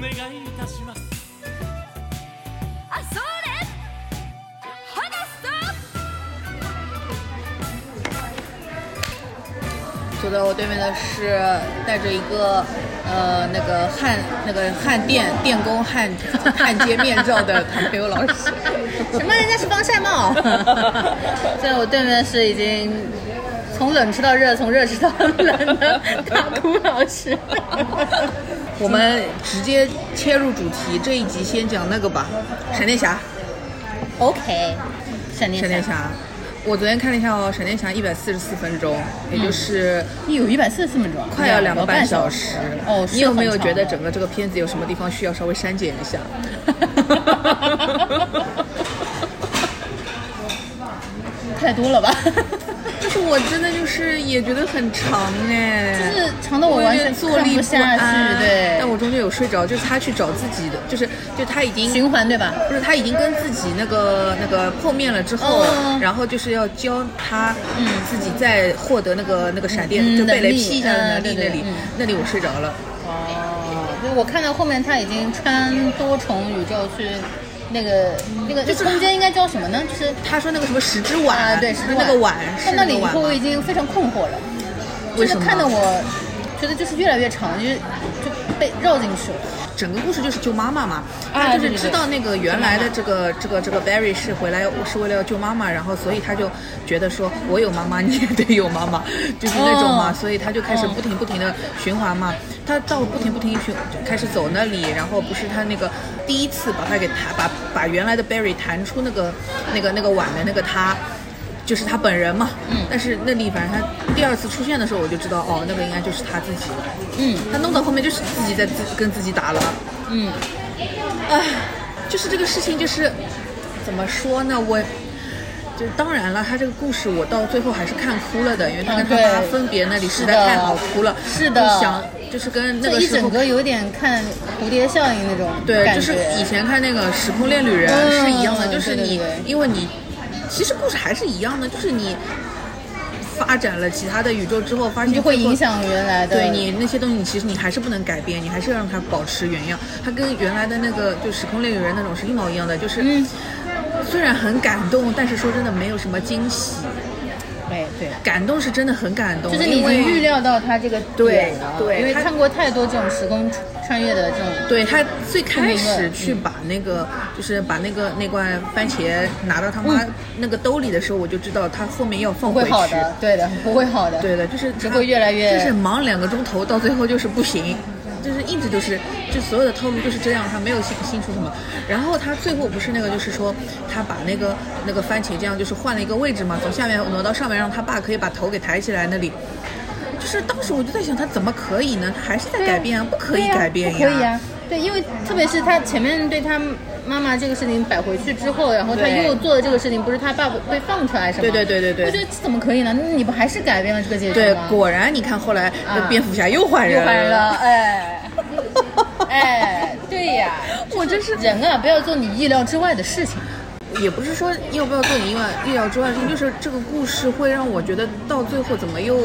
願いいたしますあそれ話すぞ坐在我对面的是带着一个呃那个焊那个焊电电工焊焊接面罩的唐培友老师。什么？人家是防晒 帽。在我对面是已经从冷吃到热，从热吃到冷的大哭老师。我们直接切入主题，这一集先讲那个吧，闪电侠。 OK，闪电闪电侠，我昨天看了一下哦，闪电侠一百四十四分钟，也就是你有一百四十四分钟，快要两个个半半小时。哦，你有没有觉得整个？个这个片子有什么地方需要稍微删减一 下？太多 了吧？但是我真的就是也觉得很长哎，就是长得我完全坐看立不下安去，对。但我中间有睡着，就是他去找自己的，就是就他已经。循环对吧？不是他已经跟自己那个那个碰面了之后，嗯然后就是要教他，嗯自己再获得那个那个闪电、嗯就被雷能力劈一下的嗯能力对那对里，嗯那里我睡着了。哦，就我看到后面他已经穿多重宇宙去那个那个，就是空间应该叫什么呢？就是他说那个什么十只碗，啊，对，是不是那个碗，看是到那里个以碗后吗我已经非常困惑了，就为什是么看得我觉得就是越来越长，就是就被绕进去了。整个故事就是救妈妈嘛，啊他就是对对对知道那个原来的这个这个这个 Barry 是回来是为了要救妈妈，然后所以他就觉得说我有妈妈，你也得有妈妈，就是那种嘛，哦所以他就开始哦不停不停的循环嘛。他到不停不停循就开始走那里，然后不是他那个第一次把他给弹把把原来的 Barry 弹出那个那个那个碗的那个他。就是他本人嘛，嗯但是那里反正他第二次出现的时候，我就知道哦，那个应该就是他自己了。嗯他弄到后面就是自己在自跟自己打了。嗯，唉，就是这个事情，就是怎么说呢？我就是当然了，他这个故事我到最后还是看哭了的，因为他跟他嗯对妈分别那里实在是的太好哭了，是的就想就是跟那这个一时整候。个有点看蝴蝶效应那种对，感就是觉以前看那个《时空恋旅人》嗯是一样的，就是对对你对因为你其实故事还是一样的，就是你发展了其他的宇宙之后，发现你就会最后影响原来的对你那些东西，你其实你还是不能改变，你还是要让它保持原样。它跟原来的那个就《时空恋旅人》那种是一毛一样的，就是、嗯虽然很感动，但是说真的没有什么惊喜。哎对，感动是真的很感动，就是你已因为经预料到他这个对点了对因为他看过太多这种时空穿越的这种对他最开不始明白嗯去把那个，就是把那个那罐番茄拿到他妈那个兜里的时候，我就知道他后面要放嗯不回哦会去。好的，对的，不会好的，对的，就是只他会越来越就是忙两个钟头，到最后就是不行，就是一直都是，就所有的套路就是这样，他没有新新出什么。然后他最后不是那个，就是说他把那个那个番茄酱就是换了一个位置嘛，从下面挪到上面，让他爸可以把头给抬起来那里。就是当时我就在想，他怎么可以呢？他还是在对改变啊，不可以改变呀。对呀不可以啊。对，因为特别是他前面对他妈妈这个事情摆回去之后，然后他对又做的这个事情，不是他爸被放出来什么？对对对对对我觉得这怎么可以啊呢？那你不还是改变了这个结局对吗？，果然你看后来那啊蝙蝠侠又换又人坏了，哎。 哎，对呀，我真是人啊，不要做你意料之外的事情。也不是说要不要做你意外意料之外的事情，就是这个故事会让我觉得到最后怎么又。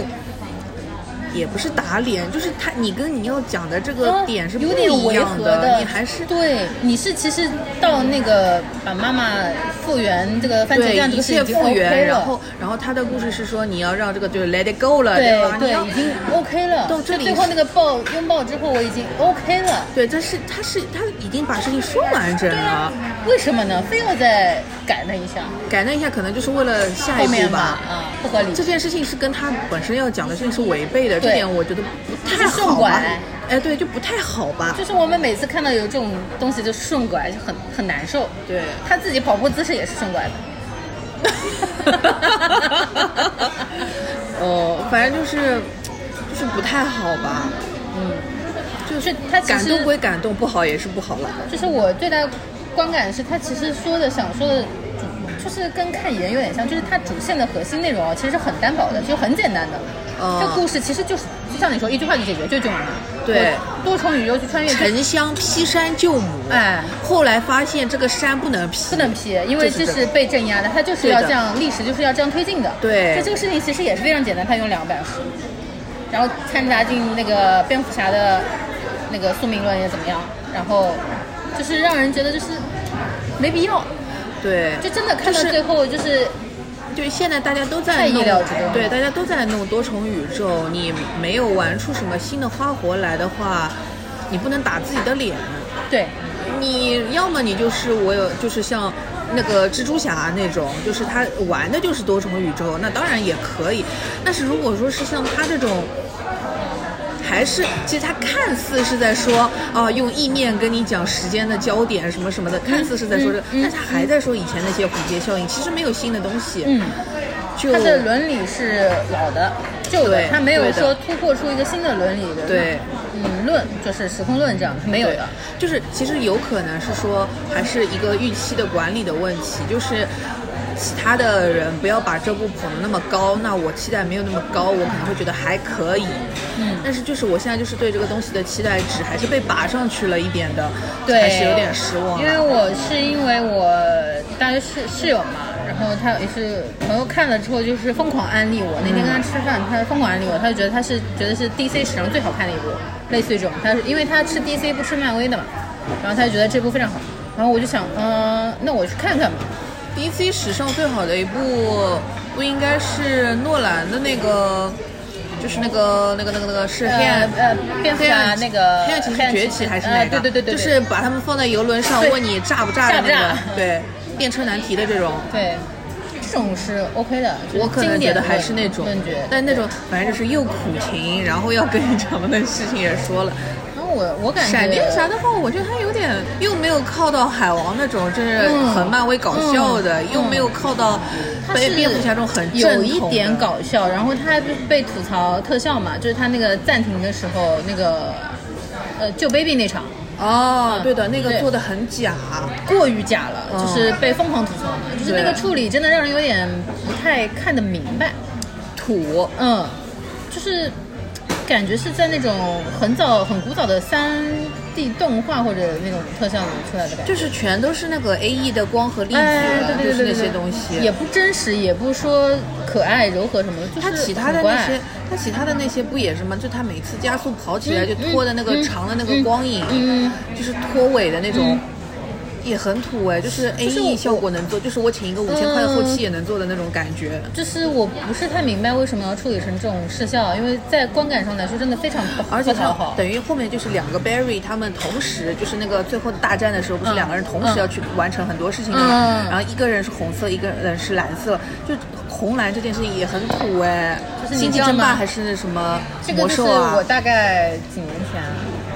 也不是打脸，就是他，你跟你要讲的这个点是不嗯有点一违样和的，你还是对，你是其实到那个把妈妈复原这个番茄对酱这一个事情切已经复 OK 原。了，然后，然后他的故事是说你要让这个就是 let it go 了，对吧？你要已经 OK 了。到这里就最后那个抱拥抱之后，我已经 OK 了。对，但是他是他已经把事情说完整了，啊为什么呢？非要再改那一下，改那一下可能就是为了下一后面步吧，吧。啊，不合理。这件事情是跟他本身要讲的事情是违背的，这对点我觉得不太就是顺好吧拐。哎，对，就不太好吧就？是我们每次看到有这种东西就顺拐，就很很难受。对他自己跑步姿势也是顺拐的。 哦，反正就是就是不太好吧。嗯，就是是他其实感动归感动，不好也是不好了。就是我最大的观感是，他其实说的想说的主，就是跟看演有点像，就是它主线的核心内容啊，其实很单薄的，就很简单的。哦这故事其实就是，就像你说，一句话就解决，就这种了。对，多重宇宙去穿越，沉香劈山救母，哎，后来发现这个山不能劈，不能批，因为这是被镇压的，它就是要这样，历史就是要这样推进的。对就这个事情其实也是非常简单，它用两个半小时，然后掺杂进那个蝙蝠侠的那个宿命论也怎么样，然后就是让人觉得就是没必要，对，就真的看到就是最后就是对，现在大家都在太意弄料之中，对，大家都在弄多重宇宙。你没有玩出什么新的花活来的话，你不能打自己的脸。对你要么你就是我有，就是像那个蜘蛛侠那种，就是他玩的就是多重宇宙，那当然也可以。但是如果说是像他这种。还是，其实他看似是在说，啊、用意念跟你讲时间的焦点什么什么的，看似是在说这个，嗯嗯但是他还在说以前那些蝴蝶效应，其实没有新的东西。嗯，就它的伦理是老的旧的对，它没有对的说突破出一个新的伦理的对理论，就是时空论这样没有的。对，就是其实有可能是说还是一个预期的管理的问题，就是。其他的人不要把这部捧得那么高，那我期待没有那么高，我可能会觉得还可以。嗯但是就是我现在就是对这个东西的期待值还是被拔上去了一点的，对，还是有点失望因为了。我是因为我大学室室友嘛，然后他也是朋友看了之后就是疯狂安利我。那天跟他吃饭，他疯狂安利我，他就觉得他是觉得是 DC 史上最好看的一部，类似于这种。他是因为他吃 DC 不吃漫威的嘛，然后他就觉得这部非常好。然后我就想，嗯、那我去看看吧。 DC 史上最好的一部，不应该是诺兰的那个，就是那个那个那个那个是呃黑暗呃蝙蝠黑侠暗那个黑暗骑黑士暗骑崛士起还是呃哪个？对对对对对就是把他们放在游轮上对问你炸不炸炸的不那个，炸对，电车难题的这种。对，这种是 OK 的。就是我可经能觉典得还论是那种论决，但那种反正就是又苦情，然后要跟你讲的事情也说了。然后我我感觉闪电侠的话，我觉得他有点又没有靠到海王那种，就是很漫威搞笑的，嗯又没有靠到他被是蝙蝠侠这种很正有一统的点搞笑，然后他还被吐槽特效嘛，就是他那个暂停的时候，那个呃救 baby 那场哦，对的，那个嗯对做的很假。过于假了，哦就是被疯狂吐槽嘛，就是那个对处理真的让人有点不太看得明白，土，嗯，就是感觉是在那种很早很古早的三 D 动画或者那种特效里出来的感觉。就是全都是那个 A E 的光和粒子，哎，对对对对就是那些对东西。也不真实，也不说可爱柔和什么，就是他其他的很怪那些，他其他的那些不也是吗？就他每次加速跑起来嗯就拖的那嗯个嗯长的那个光影，嗯嗯就是拖尾的那种嗯，也很土哎，就是就是 A 我嗯 E 效果能做，就是我请一个五千块的后期也能做的那种感觉。就是我不是太明白为什么要处理成这种视效，因为在观感上来说真的非常不而且不讨他好。等于后面就是两个 Barry 他们同时就是那个最后大战的时候，不是嗯两个人同时要去完成很多事情的嗯嘛嗯？嗯然后一个人是红色，一个人是蓝色，就红蓝这件事情也很土哎。就是你星际知道争霸吗还是什么这个魔就是兽啊？我大概几年前，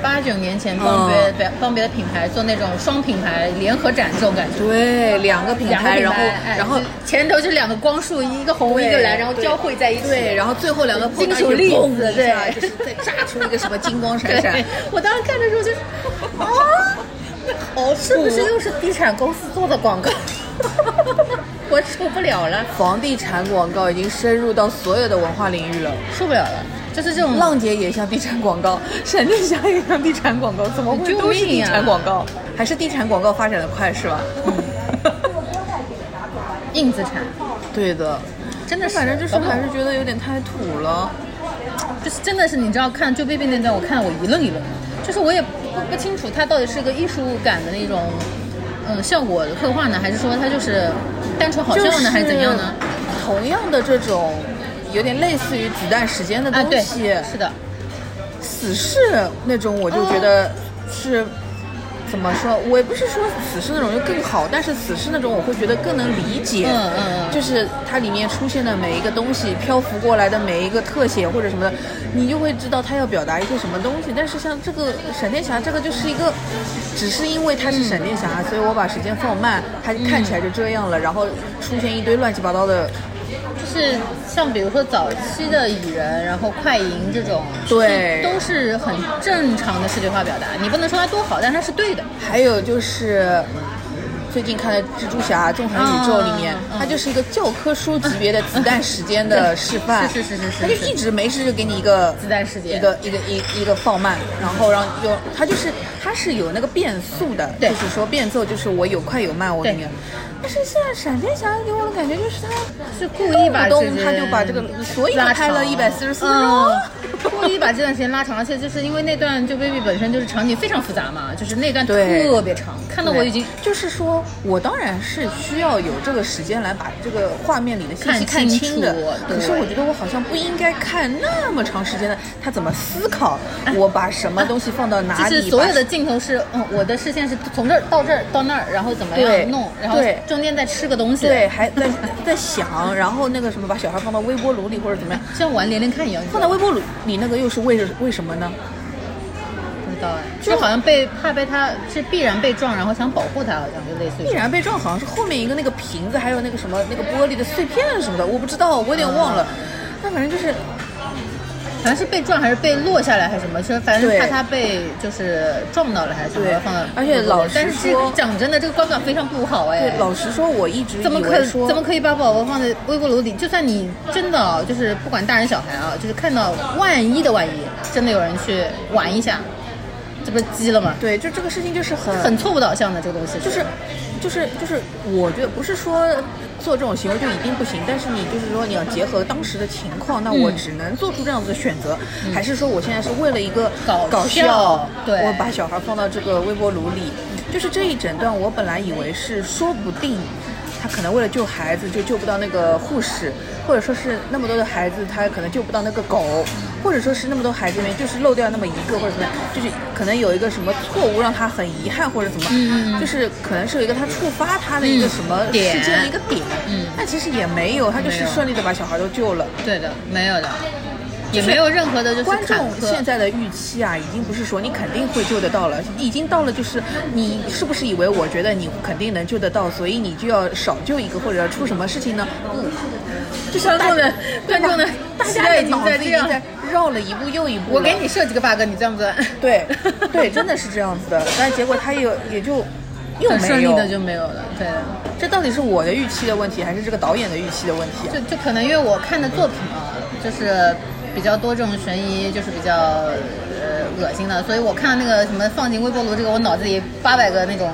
八九年前帮别嗯别、帮别的品牌做那种双品牌联合展这种感觉。对，两个品两个牌，品然后牌哎然后就前头就两个光束，一个红对一个蓝，然后交汇在一起。对，然后最后两个碰金到属一起粒砰子一下对就是再炸出一个什么金光闪对闪。我当时看的时候就是，啊，哦，是不是又是地产公司做的广告？ 我受不了了，房地产广告已经深入到所有的文化领域了？受不了了，就是这种浪姐也像地产广告， 闪电侠也像地产广告，怎么会救都是命地啊产广告？还是地产广告发展的快是吧？嗯 硬资产。对的，真的是，反正就是搞不懂还是觉得有点太土了。就是真的是，你知道看就 baby 那段，我看我一愣一愣，就是我也不不清楚它到底是个艺术感的那种，嗯，效果的刻画呢，还是说它就是单纯好笑呢，就是还是怎样呢？？同样的这种，有点类似于子弹时间的啊，东对，西，是的，死侍那种，我就觉得是。怎么说？我也不是说死侍那种就更好，但是死侍那种我会觉得更能理解。嗯嗯嗯就是它里面出现的每一个东西，漂浮过来的每一个特写或者什么的，你就会知道它要表达一些什么东西。但是像这个闪电侠，这个就是一个，只是因为它嗯是闪电侠，所以我把时间放慢，它看起来就这样了，然后出现一堆乱七八糟的就是像比如说早期的蚁人，然后快银这种，对都是很正常的视觉化表达，你不能说它多好，但它是对的，还有就是最近看的《蜘蛛侠：纵横宇宙》里面嗯嗯，嗯它就是一个教科书级别的子弹时间的示范，是是是是是它就一直没事就给你一个子弹时间一个一个一一个放慢，然后让用它就是它是有那个变速的，对就是说变奏就是我有快有慢，我对里面。但是现在闪电侠给我的感觉就是他是故意把动这不些动他就把这个，所以他拉拍了长一百四十四分钟嗯啊。故意把这段时间拉长，而且就是因为那段就 baby 本身就是场景非常复杂嘛，就是那段对特别长，看得我已经就是说，我当然是需要有这个时间来把这个画面里的信息看看清清的楚。对可是我觉得我好像不应该看那么长时间的，他怎么思考，我把什么东西放到哪哎就里，是所有的把镜头是，嗯，我的视线是从这儿到这儿到那儿，然后怎么对样弄，然后对中间再吃个东西，对，还在在想，然后那个什么，把小孩放到微波炉里或者怎么样，像玩连连看一样，放到微波炉里那个又是为为什么呢？不知道哎，就就好像被怕被他是必然被撞，然后想保护他，好像就类似于必然被撞好像是后面一个那个瓶子，还有那个什么那个玻璃的碎片什么的，我不知道，我有点忘啊了。但反正就是好像是被撞还是被落下来还是什么，就是反正对怕他被就是撞到了还是什对么，放到而且老实但是这说讲真的，这个观感非常不好哎对，。老实说，我一直怎么以为可说怎么可以把宝宝放在微波炉里？就算你真的啊就是不管大人小孩啊，就是看到万一的万一，真的有人去玩一下，这不是鸡了吗？对，就这个事情就是很很错误导向的这个东西，就是就是就是，我觉得不是说做这种行为就一定不行，但是你就是说你要结合当时的情况，那我嗯只能做出这样子的选择，还是说我现在是为了一个搞搞笑对我把小孩放到这个微波炉里，就是这一整段，我本来以为是说不定。他可能为了救孩子，就救不到那个护士，或者说是那么多的孩子，他可能救不到那个狗，或者说是那么多孩子里面就是漏掉那么一个，或者怎么样，就是可能有一个什么错误让他很遗憾，或者怎么，嗯就是可能是有一个他触发他的一个嗯什么点事件的一个点，嗯但其实也没有，他就没是有顺利的把小孩都救了。对的，没有的，也是没有任何的就是观坎众坷现在的预期啊，已经不是说你肯定会救得到了，已经到了就是你是不是以为我觉得你肯定能救得到，所以你就要少救一个或者要出什么事情呢？不，就像观众的大家观众的大期家待的已经脑在子这样在绕了一步又一步了。我给哎你设计个 bug，你赞不赞？对 对，真的是这样子的，但结果他也也就又很顺没利有的就没有了，对的。这到底是我的预期的问题，还是这个导演的预期的问题啊？就就可能因为我看的作品啊，就是比较多这种悬疑，就是比较呃恶心的，所以我看那个什么放进微波炉这个，我脑子里八百个那种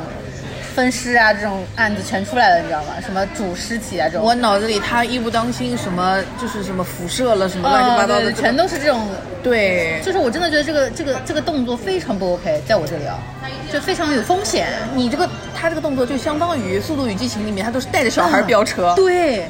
分尸啊这种案子全出来了，你知道吗？什么煮尸体啊这种，我脑子里他一不当心什么就是什么辐射了什么乱七八糟哦对的，全都是这种，对就是我真的觉得这个这个这个动作非常不 OK，在我这里啊，就非常有风险。你这个他这个动作就相当于《速度与激情》里面他都是带着小孩飙车，嗯对，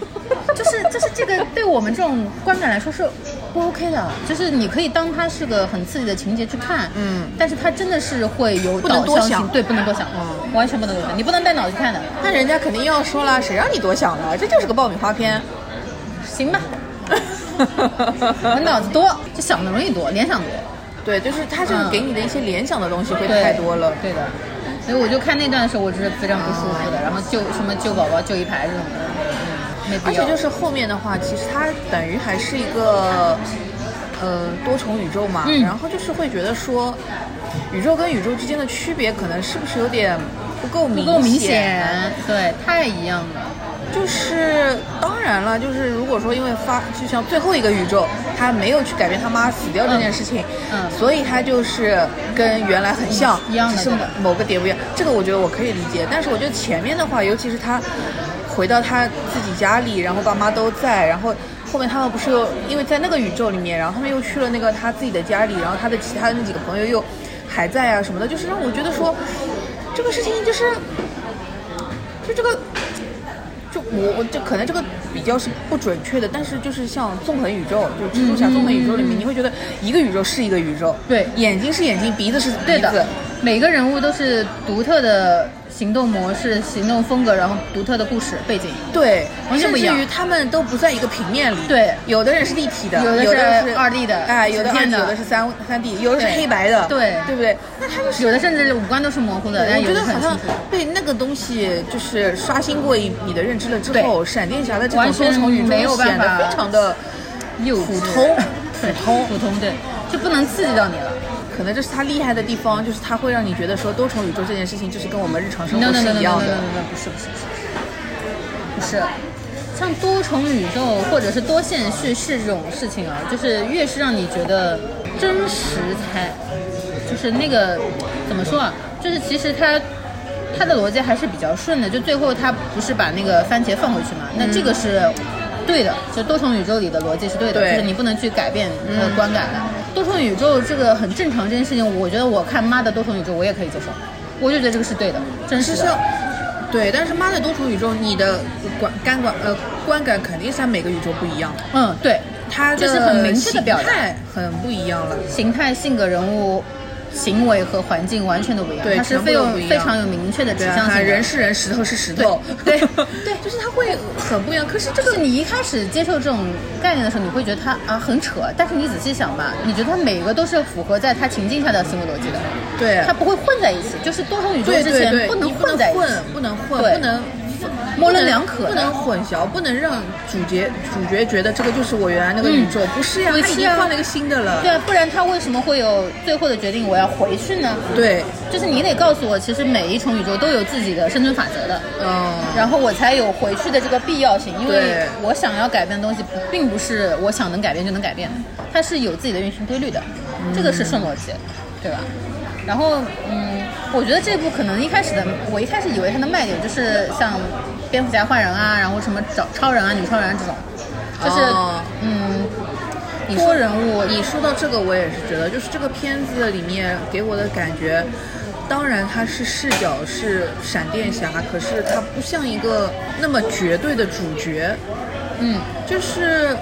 就是就是这个对我们这种观感来说是不 OK 的，就是你可以当它是个很刺激的情节去看，嗯，但是它真的是会有不能导多向性想对，不能多想，嗯完全不能多想，你不能带脑去看的，那人家肯定要说了，谁让你多想了，这就是个爆米花 片。行吧？我脑子多，就想的容易多，联想多，对，就是他这个给你的一些联想的东西会对太多了。对的。所以我就看那段的时候，我就是非常不舒服啊的，然后救什么救宝宝、救一排这种的，嗯没而必要。且就是后面的话，其实它等于还是一个呃多重宇宙嘛，嗯然后就是会觉得说，宇宙跟宇宙之间的区别可能是不是有点不够不明够明显，对，太一样了。就是当然了，就是如果说因为发就像最后一个宇宙，他没有去改变他妈死掉这件事情，嗯嗯所以他就是跟原来很像，一样的只是对的某个点不一样。这个我觉得我可以理解，但是我觉得前面的话，尤其是他回到他自己家里，然后爸妈都在，然后。后面他们不是又因为在那个宇宙里面，然后他们又去了那个他自己的家里，然后他的其他的那几个朋友又还在啊什么的，就是让我觉得说，这个事情就是就这个，就我我就可能这个比较是不准确的，但是就是像纵横宇宙，就蜘蛛侠纵横宇宙里面，你会觉得一个宇宙是一个宇宙，对眼睛是眼睛，鼻子是对鼻的子，，每个人物都是独特的行动模式、行动风格，然后独特的故事背景。对，完全甚不一至样于他们都不在一个平面里，对有的人是立体的，有的有是是 2D 的哎，有的纸二片 D，的有的是三三 D，有的是对黑白的，对对不对？那他就是。有的甚至五官都是模糊的，但我有觉的是得好很像清楚，被那个东西就是刷新过一你的认知了之后，闪电侠的这完种多全重宇宙没有办显得法非常的又普通普通，普通，对，就不能刺激到你了。可能这是他厉害的地方，就是他会让你觉得说多重宇宙这件事情就是跟我们日常生 no 活 no no 是 no 一 no no 样 no 的。 no，不是不是不是不是，像多重宇宙或者是多线叙事这种事情啊，就是越是让你觉得真实才，就是那个怎么说啊，就是其实它。它的逻辑还是比较顺的，就最后它不是把那个番茄放回去嘛？那这个是对的，就多重宇宙里的逻辑是对的，嗯对就是你不能去改变它的观感的。多重宇宙这个很正常这件事情，我觉得我看妈的多重宇宙我也可以接受，我就觉得这个是对的，真是实是的。，对，但是妈的多重宇宙，你的观感观呃观感肯定在每个宇宙不一样，嗯，对，它这是很明确的表达，很不一样了。形态、性格、人物、行为和环境完全都不一样，对它是全部非都有不一样非常有明确的指对啊，向它性的。人是人，石头是石头，对 对，就是它会很不一样。可是这就是个你一开始接受这种概念的时候，你会觉得它啊很扯，但是你仔细想吧，你觉得它每个都是符合在它情境下的行为逻辑的，对它不会混在一起。就是多重宇宙对之对前对，不能你混在一起，混，不能混，对不能模棱不能两可的不能混淆，不能让主角主角觉得这个就是我原来那个宇宙，不是呀，不他已是经啊换了一个新的了对。啊，不然他为什么会有最后的决定我要回去呢？对，就是你得告诉我，其实每一重宇宙都有自己的生存法则的。嗯，然后我才有回去的这个必要性，因为对我想要改变的东西不，并不是我想能改变就能改变的，它是有自己的运行规律的，这个是顺逻辑，对吧？然后，嗯，我觉得这部可能一开始的，我一开始以为它的卖点就是像蝙蝠侠换人啊，然后什么找超人啊、女超人啊这种，就是、哦嗯，你多说人物你说到这个，我也是觉得，就是这个片子里面给我的感觉，当然它是视角是闪电侠，可是它不像一个那么绝对的主角，嗯，就是。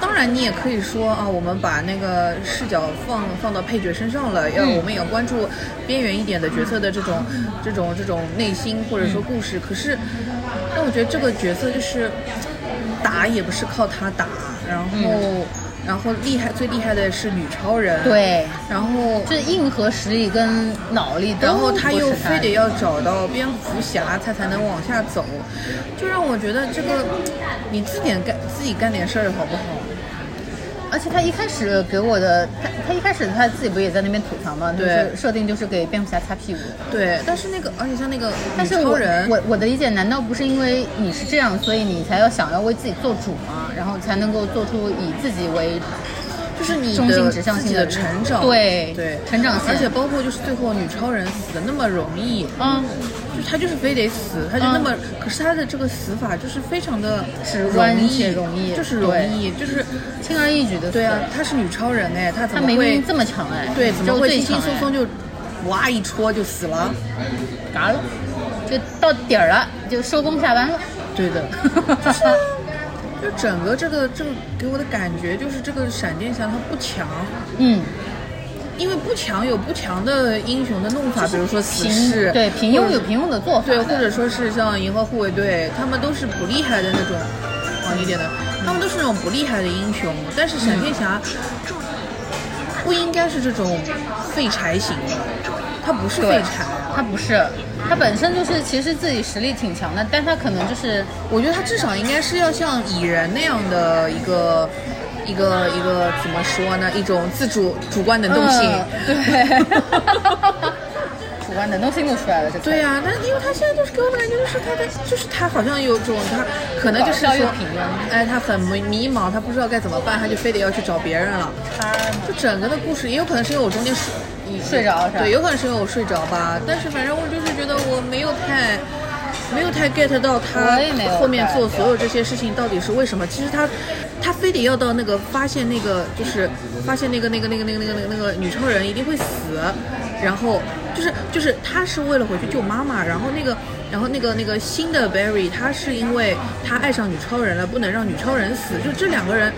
当然，你也可以说啊，我们把那个视角放放到配角身上了，要、嗯我们也要关注边缘一点的角色的这种、这种、这种内心或者嗯说故事。可是，但我觉得这个角色就是打也不是靠他打，然后、然后厉害最厉害的是女超人，，嗯对，然后就是硬核实力跟脑力都然后他不是又它非得要找到蝙蝠侠，他才能往下走，就让我觉得这个你自点干自己干点事儿好不好？而且他一开始给我的，他他一开始他自己不也在那边吐槽嘛，啊就对是设定就是给蝙蝠侠擦屁股。对，但是那个，而且像那个但女是超我人，我我的理解，难道不是因为你是这样，所以你才要想要为自己做主吗？然后才能够做出以自己为就是你中的心指向自己性的的成长，对对，成长性而且包括就是最后女超人死的那么容易，嗯，就她就是非得死，她就嗯那么，可是她的这个死法就是非常的直观容易且容易就是容易，就是轻而易举的。对啊，，她是女超人哎，她他怎么没会命这么强哎，对怎么会最哎轻轻松松就就哇一戳就死了？嘎了，就到底儿了，就收工下班了。对的，就是就整个这个这个给我的感觉就是这个闪电侠他不强，嗯，因为不强有不强的英雄的弄法，比如说死平侍，对平或庸者有平庸的做法对，的，或者说是像银河护卫队，他们都是不厉害的那种，好一点的，他们都是那种不厉害的英雄。但是闪电侠就不应该是这种废柴型的，他不是废对柴，，他不是，他本身就是其实自己实力挺强的，但他可能就是我觉得他至少应该是要像蚁人那样的一个。一个一个怎么说呢？一种自主主观能动性，嗯对， 主观能动性都出来了，这个对呀、但是因为他现在就是给我的感觉就是他的，就是他好像有种他可能就是搞笑又说平庸，哎，他很迷迷茫，他不知道该怎么办，他就非得要去找别人了。他就整个的故事，也有可能是因为我中间睡睡着是吧对，有可能是因为我睡着吧。但是反正我就是觉得我没有太。没有太 get 到他我也没有后面做 get 所有这些事情到底是为什么？其实他，他非得要到那个发现那个就是发现那个那个那个那个那个那个那个女超人一定会死，然后就是就是他是为了回去救妈妈，然后那个然后那个那个新的 Barry 他是因为他爱上女超人了，不能让女超人死，就这两个人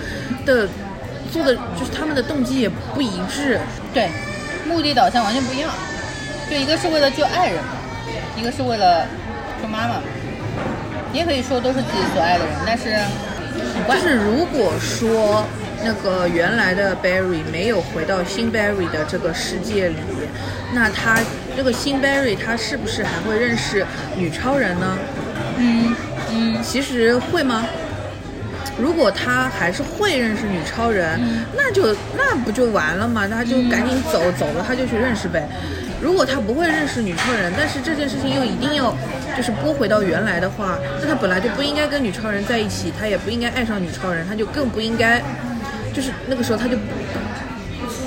的做的就是他们的动机也不一致，对，目的导向完全不一样，就一个是为了救爱人嘛，一个是为了救妈妈嘛，你也可以说都是自己所爱哎的人，但是很怪，就是如果说那个原来的 Barry 没有回到新 Barry 的这个世界里，那他那个新 Barry 他是不是还会认识女超人呢？嗯嗯。其实会吗？如果他还是会认识女超人，那就那不就完了吗？那他就赶紧走，走了他就去认识呗。如果他不会认识女超人，但是这件事情又一定要就是拨回到原来的话，那他本来就不应该跟女超人在一起，他也不应该爱上女超人，他就更不应该，就是那个时候他就不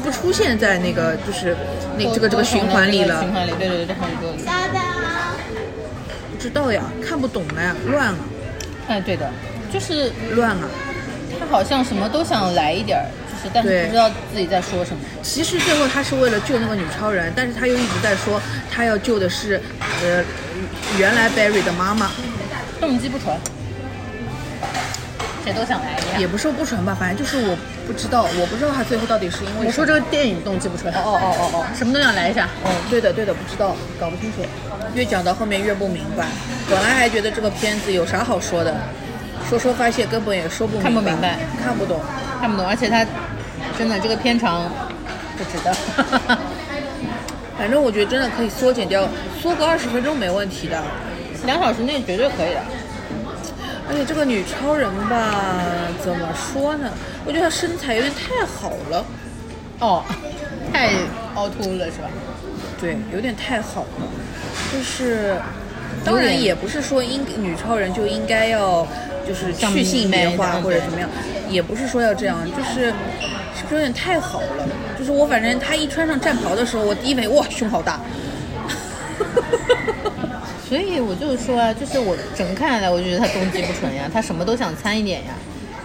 不出现在那个就是那这个这个循环里了循。环里，对对对，这好几个。不知道呀，看不懂呀，乱啊哎，对的，就是乱啊。他好像什么都想来一点儿，就是但是对不知道自己在说什么。其实最后他是为了救那个女超人，但是他又一直在说他要救的是，呃，原来 Barry 的妈妈，动机不纯，谁都想来一也样。不是不纯吧，反正就是我不知道，我不知道他最后到底是因为我说什这么个电影动机不纯，哦哦哦哦什么都想来一下。哦，对的对的，不知道，搞不清楚，越讲到后面越不明白，本来还觉得这个片子有啥好说的，说说发泄根本也说不看不明明白，看不懂，看不懂，而且他真的这个片长不值 得。反正我觉得真的可以缩减掉，缩个二十分钟没问题的。两小时内绝对可以的。而且这个女超人吧，怎么说呢？我觉得她身材有点太好了，哦， 太凹凸了是吧？对，有点太好了，就是。当有然点也不是说应女超人就应该要就是像去性别美化的或者怎么样，也不是说要这样，就是是不是有点太好了？就是我反正她一穿上战袍的时候，我第一反应哇胸好大，所以我就说啊，就是我整个看下来，我就觉得他动机不纯呀，他什么都想掺一点呀，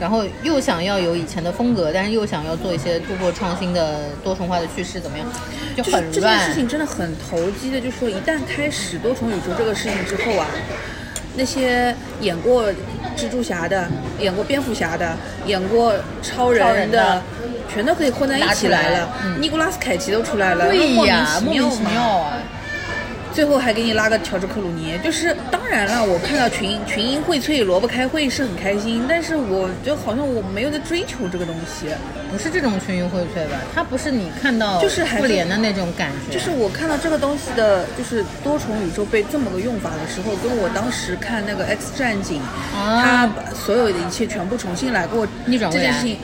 然后又想要有以前的风格，但是又想要做一些突破创新的多重化的叙事，怎么样？就就是很这件乱事。情真的很投机的，就是说一旦开始多重宇宙这个事情之后啊，那些演过蜘蛛侠的、演过蝙蝠侠的、演过超人的，超人的全都可以混在一起来拿了出来。嗯尼古拉斯凯奇都出来了，对呀，莫莫名其嘛妙啊！最后还给你拉个乔治克鲁尼，就是当然了，我看到群群英荟萃、萝卜开会是很开心，但是我就好像我没有在追求这个东西。不是这种群英荟萃吧？它不是你看到就是还是复联的那种感觉，就是我看到这个东西的，就是多重宇宙被这么个用法的时候，跟我当时看那个《X 战警》啊他把所有的一切全部重新来过，逆转这未来件事情，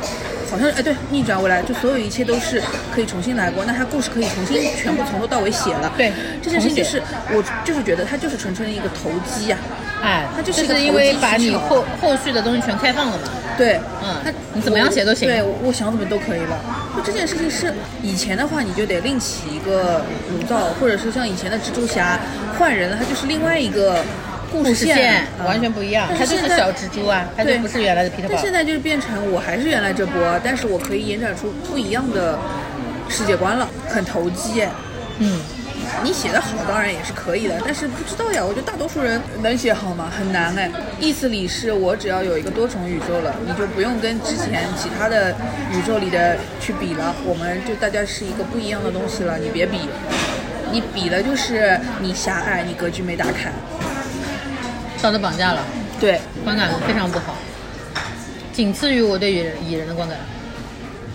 好像哎对，逆转未来就所有一切都是可以重新来过，那他故事可以重新全部从头到尾写了。对这件事情就重写是我就是觉得他就是纯粹的一个投机呀、哎，它就就是一个是因为投机取巧把你后后续的东西全开放了嘛。对，嗯他你怎么样写都行对，我我想怎么都可以了。那这件事情是以前的话，你就得另起一个炉灶，或者是像以前的蜘蛛侠换人了，他就是另外一个故故事事线嗯完全不一样，但它是就现是在小蜘蛛啊，它就对不是原来的 Peter 但现 Parker。在就是变成我还是原来这波，但是我可以延展出不一样的世界观了，很投机哎。嗯，你写的好当然也是可以的，但是不知道呀，我觉得大多数人能写好吗？很难哎。意思里是我只要有一个多重宇宙了，你就不用跟之前其他的宇宙里的去比了，我们就大家是一个不一样的东西了，你别比，你比了就是你狭隘，你格局没打开。道德绑架了，对，观感非常不好，仅次于我对蚁人蚁人的观感，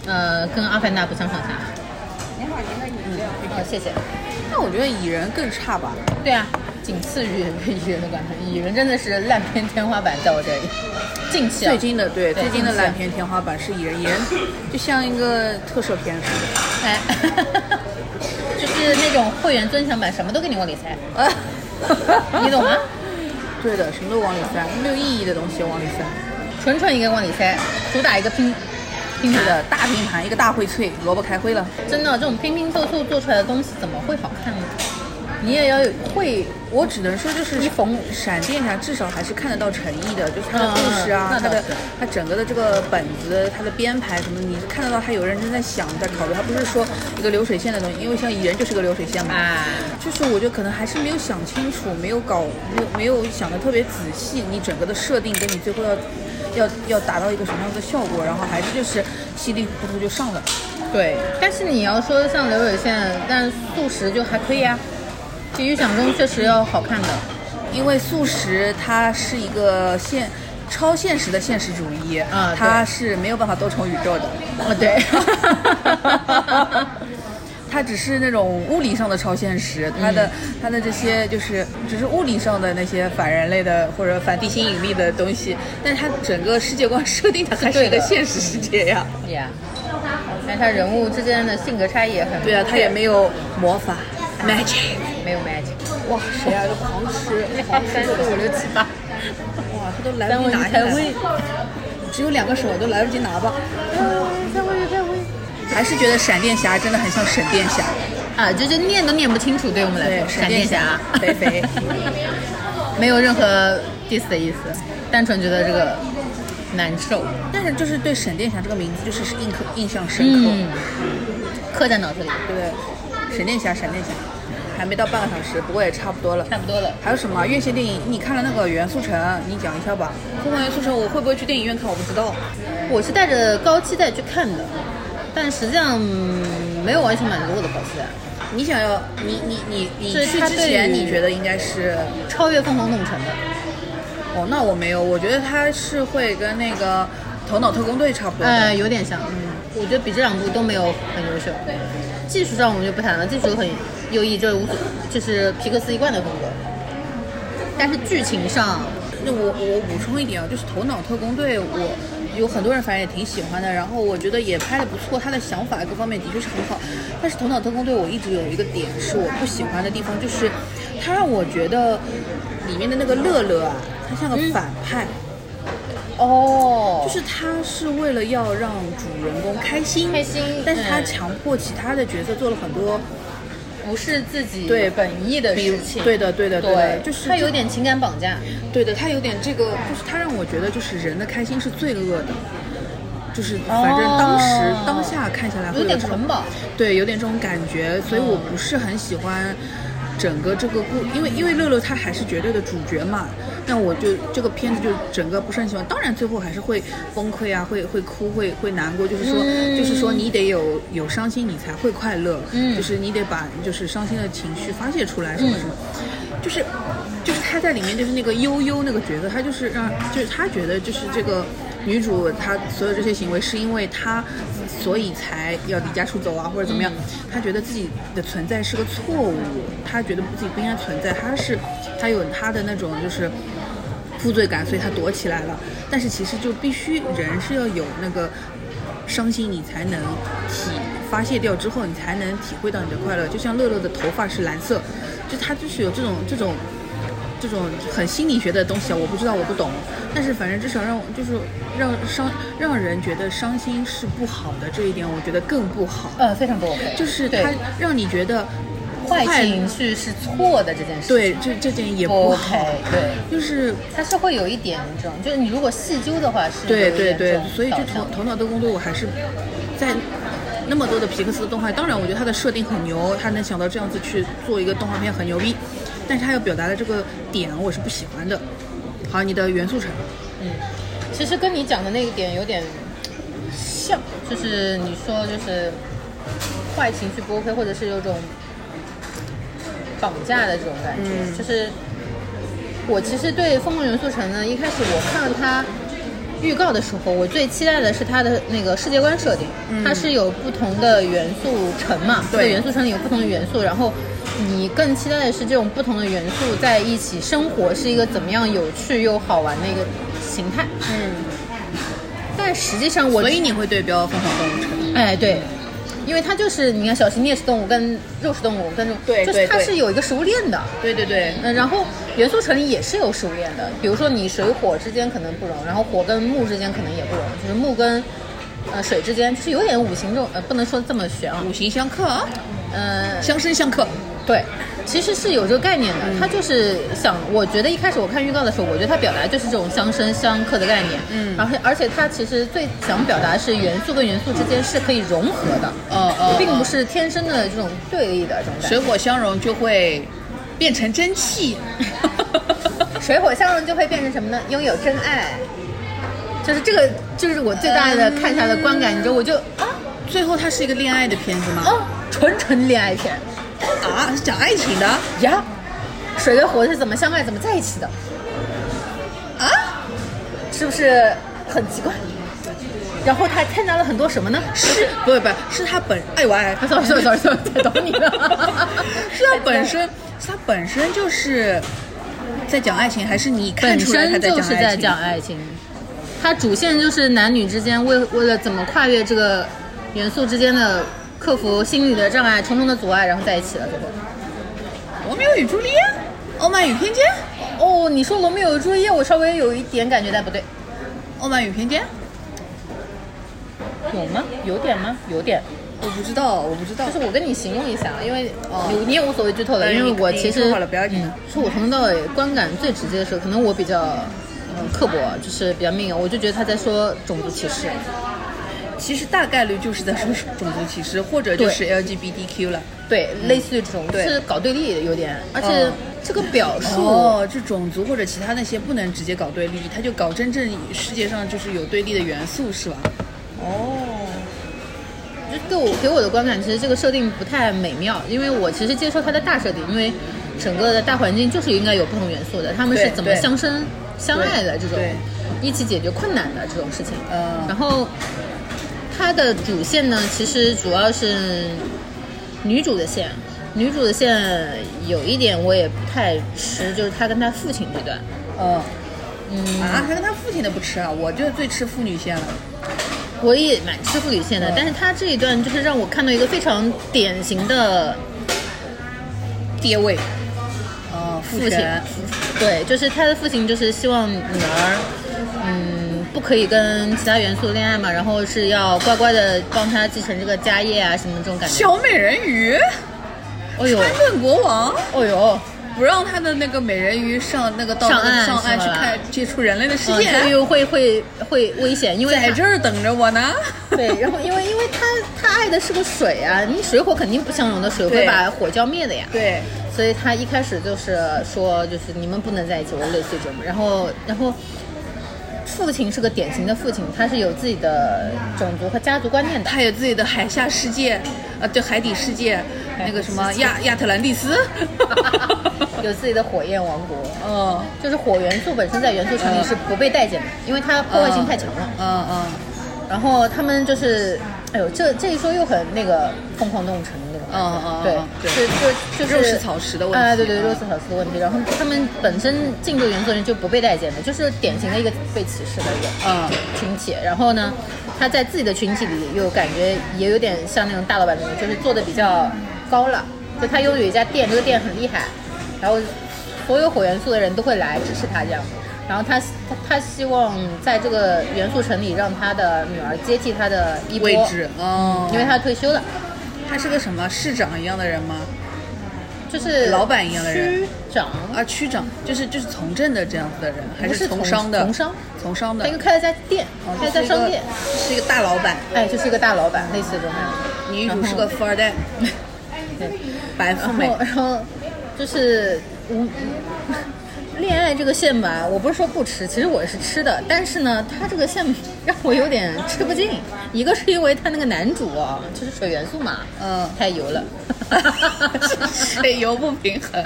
呃，跟阿凡达不相上下。好，哦谢谢。那我觉得蚁人更差吧。对啊，仅次于对蚁人的观感，蚁人真的是烂片天花板，在我这里。近 期啊，最近的对对最近的近期烂片天花板是蚁人，蚁人就像一个特摄片似的。 哎，就是那种会员尊享版，什么都给你往里塞，你懂吗？对的，什么都往里塞，没有意义的东西往里塞。纯纯一个往里塞，主打一个拼拼是的。的，大拼盘一个大荟萃，萝卜开会了。真的，这种拼拼凑凑做出来的东西怎么会好看呢？你也要有会，我只能说，就是一缝闪电侠至少还是看得到诚意的，就是他的嗯故事啊，那他倒的是他整个的这个本子，他的编排什么，你是看得到他有认真在想，在考虑，他不是说一个流水线的东西，因为像蚁人就是个流水线嘛。啊就是我觉得可能还是没有想清楚，没有搞，没有没有想的特别仔细，你整个的设定跟你最后要要要达到一个什么样的效果，然后还是就是稀里糊涂就上了。对。但是你要说像流水线，但素食就还可以啊，比预想中确实要好看的。因为素食它是一个现超现实的现实主义，啊对它是没有办法多重宇宙的，哦，对。 它只是那种物理上的超现实，它的、它的这些就是只是物理上的那些反人类的或者反地心引力的东西，但是它整个世界观设定它还是对一个的现实世界呀。呀、但他人物之间的性格差异也很明对啊，显它也没有魔法 magic。没有 magic，哇，谁啊？都狂吃，狂吃三四这五个，六七八，哇，啊他都来三不位一及拿下太来位了，，只有两个手都来不及拿吧。三位一太位。还是觉得闪电侠真的很像沈殿霞，啊，就是念都念不清楚，对我们来说，闪电侠，肥肥，没有任何 diss 的意思，单纯觉得这个难受，但是就是对沈殿霞这个名字就是是印刻印象深刻，嗯刻在脑子里，对不对？沈殿霞，沈殿霞，还没到半个小时，不过也差不多了。差不多了。还有什么啊院线电影？你看了那个《袁速成》，你讲一下吧。看完《袁速成》，我会不会去电影院看？我不知道。我是带着高期待去看的，但实际上、嗯没有完全满足我的高期待，你想要你你你你就是去他之对前，于你觉得应该是超越《凤凰弄臣》的。哦，那我没有，我觉得他是会跟那个《头脑特工队》差不多的。呃，有点像，嗯，我觉得比这两部都没有很优秀。技术上我们就不谈了，技术很优异，这无所就是皮克斯一贯的风格。但是剧情上，那我我补充一点啊，就是《头脑特工队》，我有很多人反正也挺喜欢的，然后我觉得也拍的不错，他的想法各方面的确是很好。但是《头脑特工队》我一直有一个点是我不喜欢的地方，就是他让我觉得 里面的那个乐乐啊，他像个反派，嗯哦，就是他是为了要让主人公开心，开心但是他嗯强迫其他的角色做了很多不是自己对本意的比如事情，对的对的对的，就是他这有点情感绑架，对的，他有点这个，就是他让我觉得，就是人的开心是罪恶的，就是反正当时、哦当下看下来会有点这种捆绑，对，有点这种感觉，所以我不是很喜欢整个这个故，因为因为乐乐他还是绝对的主角嘛，那我就这个片子就整个不是很喜欢，当然最后还是会崩溃啊，会会哭，会会难过，就是说、嗯就是说你得有有伤心，你才会快乐，嗯就是你得把就是伤心的情绪发泄出来，什么什么，就是就是他在里面就是那个悠悠那个角色，他就是让就是他觉得就是这个女主她所有这些行为是因为她所以才要离家出走啊或者怎么样，她觉得自己的存在是个错误，她觉得自己不应该存在，她是她有她的那种就是。负罪感，所以她躲起来了。但是其实就必须人是要有那个伤心，你才能体发泄掉之后，你才能体会到你的快乐。就像乐乐的头发是蓝色，就他就是有这种这种这种很心理学的东西啊，我不知道，我不懂。但是反正至少让我就是让伤让人觉得伤心是不好的这一点，我觉得更不好。呃，非常不 OK，就是对他让你觉得坏快情绪是错的这件事情，对这这点也不不 OK，好，对。就是它是会有一点这种，就是你如果细究的话是对有一对点这对种，所以就导头向头脑特工队，我还是在那么多的皮克斯动画，当然我觉得它的设定很牛，他能想到这样子去做一个动画片很牛逼，但是他要表达的这个点我是不喜欢的。好，你的元素城，其实跟你讲的那个点有点像，就是你说就是坏情绪不 OK，或者是有种绑架的这种感觉，就是我其实对《风梦元素城》呢，一开始我看了它预告的时候，我最期待的是它的那个世界观设定，它是有不同的元素城嘛，对这个元素城里有不同的元素，然后你更期待的是这种不同的元素在一起生活是一个怎么样有趣又好玩的一个形态。嗯，但实际上我所以你会对标《疯狂动物城》？哎，对，因为它就是你看小型啮齿动物跟肉食动物跟这种，对就是对它对是有一个食物链的。对对对，嗯，然后元素城里也是有食物链的，比如说你水火之间可能不容，然后火跟木之间可能也不容，就是木跟呃水之间，就是有点五行这种，呃，不能说这么玄啊，五行相克啊，嗯、相生相克。对，其实是有这个概念的。嗯他就是想，我觉得一开始我看预告的时候，我觉得他表达就是这种相生相克的概念。嗯，而且而且他其实最想表达是元素跟元素之间是可以融合的，哦哦并不是天生的这种对立的这种感水觉。火相融就会变成真 气。水火相融就会变成什么呢？拥有真爱。就是这个，就是我最大的嗯看下来的观感，你知道，我就啊最后它是一个恋爱的片子吗？啊，纯纯恋爱片啊，是讲爱情的呀，水跟火是怎么相爱、怎么在一起的，啊？是不是很奇怪？然后他还掺杂了很多什么呢？是，不不，是他本哎爱我爱。。sorry sorry sorry sorry，懂 你了是它本身，是它本身就是在讲爱情，还是你看本出来他身在就是在讲讲爱爱情，它主线就是男女之间为为了怎么跨越这个元素之间的克服心理的障碍、重重的阻碍，然后在一起了。最后情？罗密欧与朱丽叶，傲慢与偏见，哦，你说罗密欧与朱丽叶，我稍微有一点感觉，但不对，傲慢与偏见，有吗？有点吗？有点。我不知道，我不知道就。是我跟你形容一下，因为呃哦你你也无所谓剧透了，对因为你我你其说实好了不要紧嗯是我从头到尾观感最直接的时候，可能我比较嗯刻薄，就是比较命，我就觉得他在说种族歧视。其实大概率就是在说种族歧视，或者就是 LGBTQ 了。对，类似于这种，嗯对是搞对立的有点，而且嗯这个表述，哦，就种族或者其他那些不能直接搞对立，他就搞真正世界上就是有对立的元素，是吧？哦，就对我给我的观感，其实这个设定不太美妙，因为我其实接受它的大设定，因为整个的大环境就是应该有不同元素的，他们是对怎么对相生相爱的对这种对，一起解决困难的这种事情。嗯然后它的主线呢，其实主要是女主的线，女主的线有一点我也不太吃，就是她跟她父亲这段。嗯，嗯啊，他跟他父亲都不吃啊，我就最吃父女线了。我也蛮吃妇女线的，但是他这一段就是让我看到一个非常典型的爹味，哦，父父亲权，，对，就是他的父亲就是希望女儿，嗯，不可以跟其他元素恋爱嘛，然后 是要乖乖的帮他继承这个家业啊，什么这种感觉。小美人鱼，哦呦，川顿国王哦呦，不让他的那个美人鱼上那个到上岸上岸是去吧看接触人类的世嗯，界，这又会会会危险，因为在他这儿等着我呢。对，然后因为因为他他爱的是个水啊，你水火肯定不相容的，水会对把火浇灭的呀。对，所以他一开始就是说，就是你们不能在一起，我类似于这种。然后，然后父亲是个典型的父亲，他是有自己的种族和家族观念的。他有自己的海下世界，啊，对，海底世界，那个什么亚亚特兰蒂斯。有自己的火焰王国，嗯就是火元素本身在元素场里是不被待见的，因为它破坏性太强了。嗯嗯，然后他们就是，哎呦，这这一说又很那个疯狂动物城那种感觉，嗯嗯嗯对，对就就就是肉食草食的问题啊，对对，嗯肉食草食的问题。然后他们本身进入原作人就不被待见的，就是典型的一个被歧视的一个嗯群体。然后呢，他在自己的群体里又感觉也有点像那种大老板那种，就是做的比较高了。就他拥有一家店，这个店很厉害，然后所有火元素的人都会来支持他这样。然后他他他希望在这个元素城里让他的女儿接替他的衣钵位置，哦，因为他退休了，他是个什么市长一样的人吗？就是老板一样的人区长，啊，区长，就是就是从政的这样子的人，还不是从从商的？从商，从商的他应，该开了家店，哦开了家商店，，就是一个是一个大老板。哎，就是一个大老板，类似这种感觉。女主然后是个富二代，对白富然美后，然后就是我恋爱这个线吧，我不是说不吃，其实我是吃的，但是呢，它这个线 让我有点吃不进。一个是因为它那个男主啊，就是水元素嘛，嗯，太油了水油不平衡。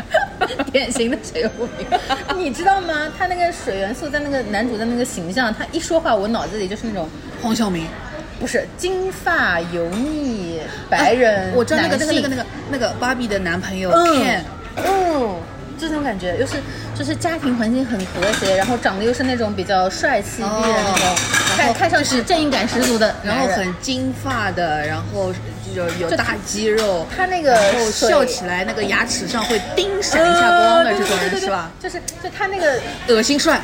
典型的水油不平衡。你知道吗？他那个水元素在那个男主的那个形象，他一说话，我脑子里就是那种黄晓明，不是金发油腻白人、啊我知道那个那男个性那个那个那个芭比的男朋友嗯骗，嗯，这种感觉，又是就是家庭环境很和谐，然后长得又是那种比较帅气逼人那种哦，然看后看上去正义感十足的男人，然后很金发的，然后有有就大肌 肉，他那个然后水笑起来那个牙齿上会叮闪一下光的呃这种对对对人对对是吧？就是就他那个恶心帅，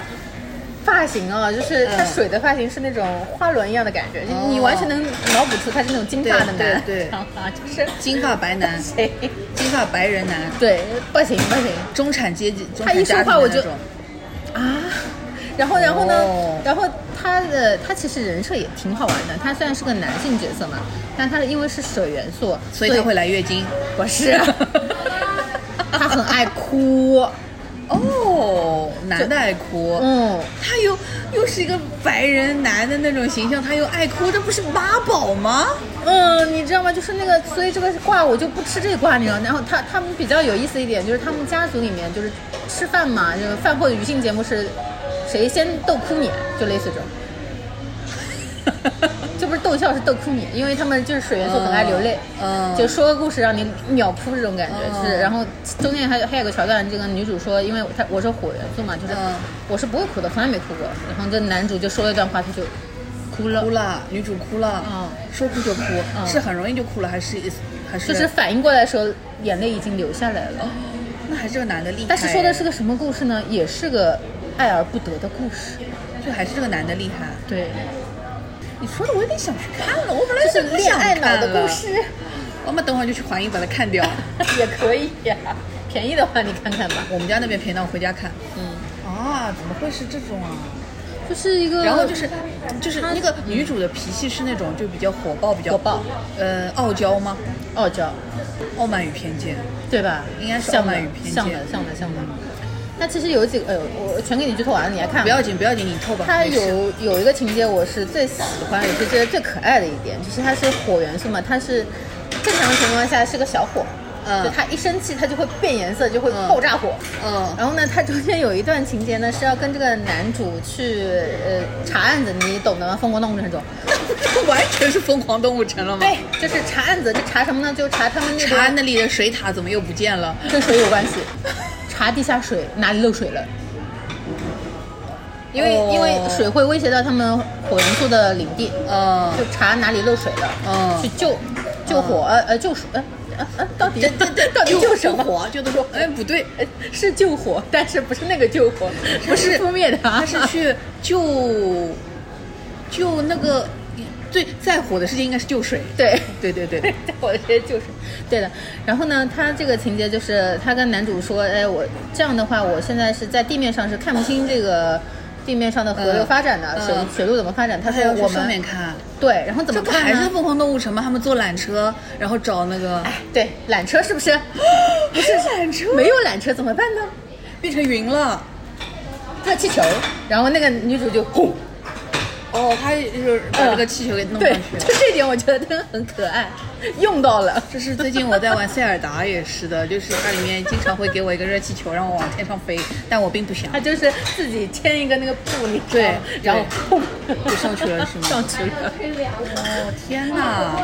发型啊，就是他嗯水的发型是那种花轮一样的感觉，就你哦完全能脑补出他是那种金发的对男，对对啊，就是金发白男，谁？金发白人男，对，不行不行，中产阶级，中他一产家说庭话我的就那种。啊。然后，然后呢？哦然后他的他其实人设也挺好玩的。他虽然是个男性角色嘛，但他因为是水元素，所以他会来月经。啊不是， 他很爱哭。哦，男的爱哭，嗯，他又又是一个白人男的那种形象，他又爱哭，这不是妈宝吗？嗯，你知道吗？就是那个，所以这个卦我就不吃这卦，你知道。然后他他们比较有意思一点，就是他们家族里面就是吃饭嘛，就是饭后娱性节目是谁先逗哭你，啊就类似这 种。这不是逗笑，是逗哭你，因为他们就是水元素很爱流泪，嗯嗯就说个故事让你秒哭这种感觉，嗯就是。然后中间还有还有个桥段，这个女主说，因为她我是火元素嘛，就是嗯我是不会哭的，从来没哭过。然后这男主就说了一段话，他就哭了，哭了，女主哭了，嗯说哭就哭，嗯是很容易就哭了，还是还是就是反应过来的时候，眼泪已经流下来了。那还是个男的厉害，但是说的是个什么故事呢？也是个爱而不得的故事。就还是这个男的厉害。对，你说的我有点想去看了，我本来就是不恋想爱脑看的故了，事我们等会儿就去华映把它 看掉。也可以呀、便宜的话你看看吧。我们家那边便宜，我回家看。嗯，啊，怎么会是这种啊？就是一个，然后就是，就是那个女主的脾气是那种就比较火爆，比较火爆，呃，傲娇吗？傲娇，傲慢与偏见，对吧？应该是傲像的慢与偏见像的像的像的。那其实有几个，哎呦，我全给你剧透完了，你还看？不要紧，不要紧，你透吧。它没事 有有一个情节，我是最喜欢，也是觉得最可爱的一点，就是它是火元素嘛，它是正常情况下是个小火，嗯就它一生气它就会变颜色，就会嗯爆炸火。嗯然后呢，它中间有一段情节呢，是要跟这个男主去呃查案子，你懂的吗？疯狂动物城种。完全是疯狂动物城了吗？对，就是查案子，就查什么呢？就查他们那查边那里的水塔怎么又不见了？跟水有关系， 查地下水哪里漏水了。因为、哦因为水会威胁到他们火元素的领地，嗯就查哪里漏水了，嗯去救救火，呃呃救水，呃呃呃，到底到底救什么？火？ 就都说，哎，不对，呃是救火，但是不是那个救火，不是扑灭的啊，他是去救救那个最在火的事情应该是救水。对。对对 对，我觉得就是对的。然后呢，他这个情节就是他跟男主说：“哎，我这样的话，我现在是在地面上是看不清这个地面上的河流嗯发展的，水嗯水路怎么发展。”他他说还要：“去我上面们看。对，然后怎这么不看还是呢？凤凰动物城吗？他们坐缆车，然后找那 个哎，对，缆车是不是？不是缆车没有缆车怎么办呢？变成云了。热气球。然后那个女主就轰，哦，他就是把这个气球给弄上 对去，了。就这点我觉得真的很可爱，用到了。这是最近我在玩塞尔达也是的，就是它里面经常会给我一个热气球，让我往天上飞，但我并不想 他。就是自己牵一个那个布，你知道对吗然后轰就上去了是吗 上去了。天哪，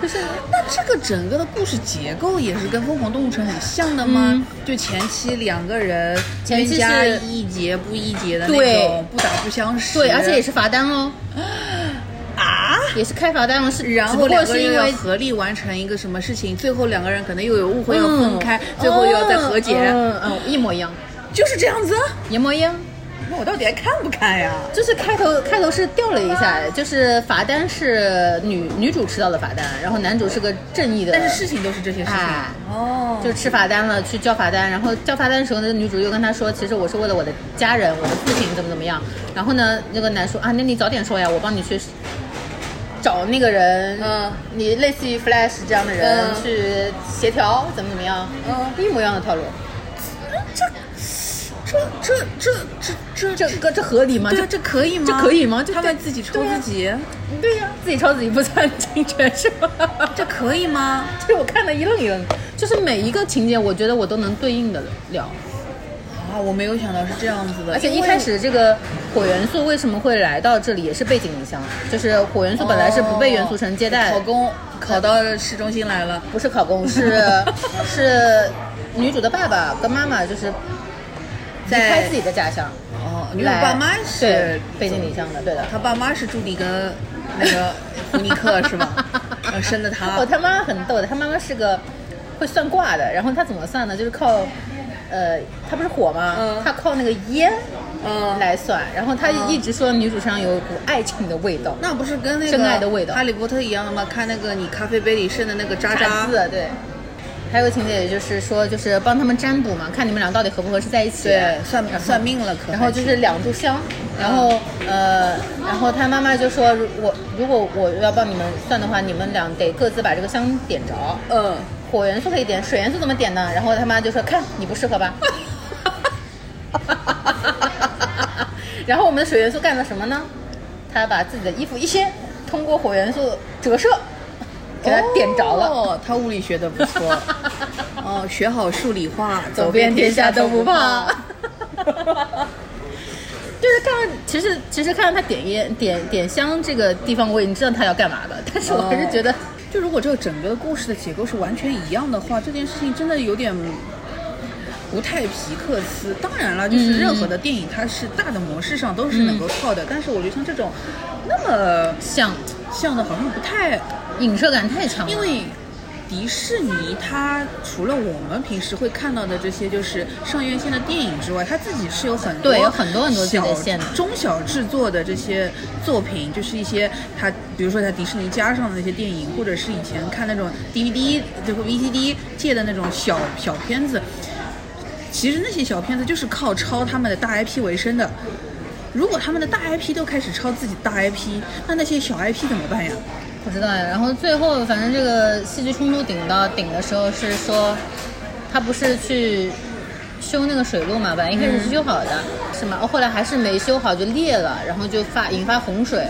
就是那这个整个的故事结构也是跟《疯狂动物城》很像的吗？嗯就前期两个人前期冤家是义结不义结的那对种，不打不相识。对，而且也是罚单 哦，啊。也是开罚单哦，是然只后不两过个是人因要为合力完成一个什么事情，最后两个人可能又有误会，要嗯分开，最后又要再和解，嗯嗯嗯一模一样，就是这样子。啊一模一样。那我到底还看不看呀？就是开头开头是掉了一下，就是罚单是女女主吃到了罚单，然后男主是个正义的，但是事情都是这些事情。哎哦，就吃罚单了，去交罚单，然后交罚单的时候呢，女主又跟他说，其实我是为了我的家人，我的父亲怎么怎么样。然后呢，那个男说啊，那你早点说呀，我帮你去找那个人，嗯，你类似于 Flash 这样的人、嗯去协调，怎么怎么样，嗯一模一样的套路，这这这这这这个这合理吗？对啊，这这可以吗？这可以吗这他们自己抽对啊自己，对呀、自己抄自己不算侵权是吧？这可以吗？这 我看的一愣一愣，就是每一个情节，我觉得我都能对应的了。啊，我没有想到是这样子的，而且一因为开始这个火元素为什么会来到这里，也是背井离乡，就是火元素本来是不被元素城接待，考公考到市中心来了，不是考公，是 是女主的爸爸跟妈妈就是离在开自己的家乡，哦，因为来我爸妈对是背井离乡的，对的。他爸妈是助理跟那 个胡尼克是吧？然后生的他哦，，他妈妈很逗的，他妈妈是个会算卦的，然后他怎么算呢？就是靠，呃，他不是火吗？嗯他靠那个烟嗯，来算，然后他一直说女主身上有一股爱情的味道，那不是跟那个真爱的味道哈利波特一样的吗？看那个你咖啡杯里剩的那个渣查渣，字啊对。还有个情节，也就是说，就是帮他们占卜嘛，看你们俩到底合不合适在一起。对，算然后算命了可，然后就是两炷香，然后呃，然后他妈妈就说，如我如果我要帮你们算的话，你们俩得各自把这个香点着。嗯，火元素可以点，水元素怎么点呢？然后他妈就说：“看你不适合吧。”然后我们的水元素干了什么呢？他把自己的衣服一掀，通过火元素折射，给他点着了。哦，他物理学的不错。哦，学好数理化，走遍天下都不怕。就是看到，其实其实看到他点烟点点香这个地方，我已经知道他要干嘛了，但是我还是觉得，就如果这个整个故事的结构是完全一样的话，这件事情真的有点不太皮克斯。当然了，就是任何的电影，它是大的模式上都是能够套的，但是我觉得像这种那么像像的，好像不太，影射感太强了，因为。迪士尼它除了我们平时会看到的这些就是上院线的电影之外，它自己是有很多对有很多很多自己的小线的中小制作的这些作品，就是一些它，比如说在迪士尼加上的那些电影，或者是以前看那种 DVD 就是 VCD 借的那种小小片子，其实那些小片子就是靠抄他们的大 IP 为生的。如果他们的大 IP 都开始抄自己大 IP，那那些小 IP 怎么办呀？不知道呀。然后最后，反正这个戏剧冲突顶到顶的时候是说，他不是去修那个水路嘛，本来一开始是修好的，是吗？哦，后来还是没修好就裂了，然后就发引发洪水，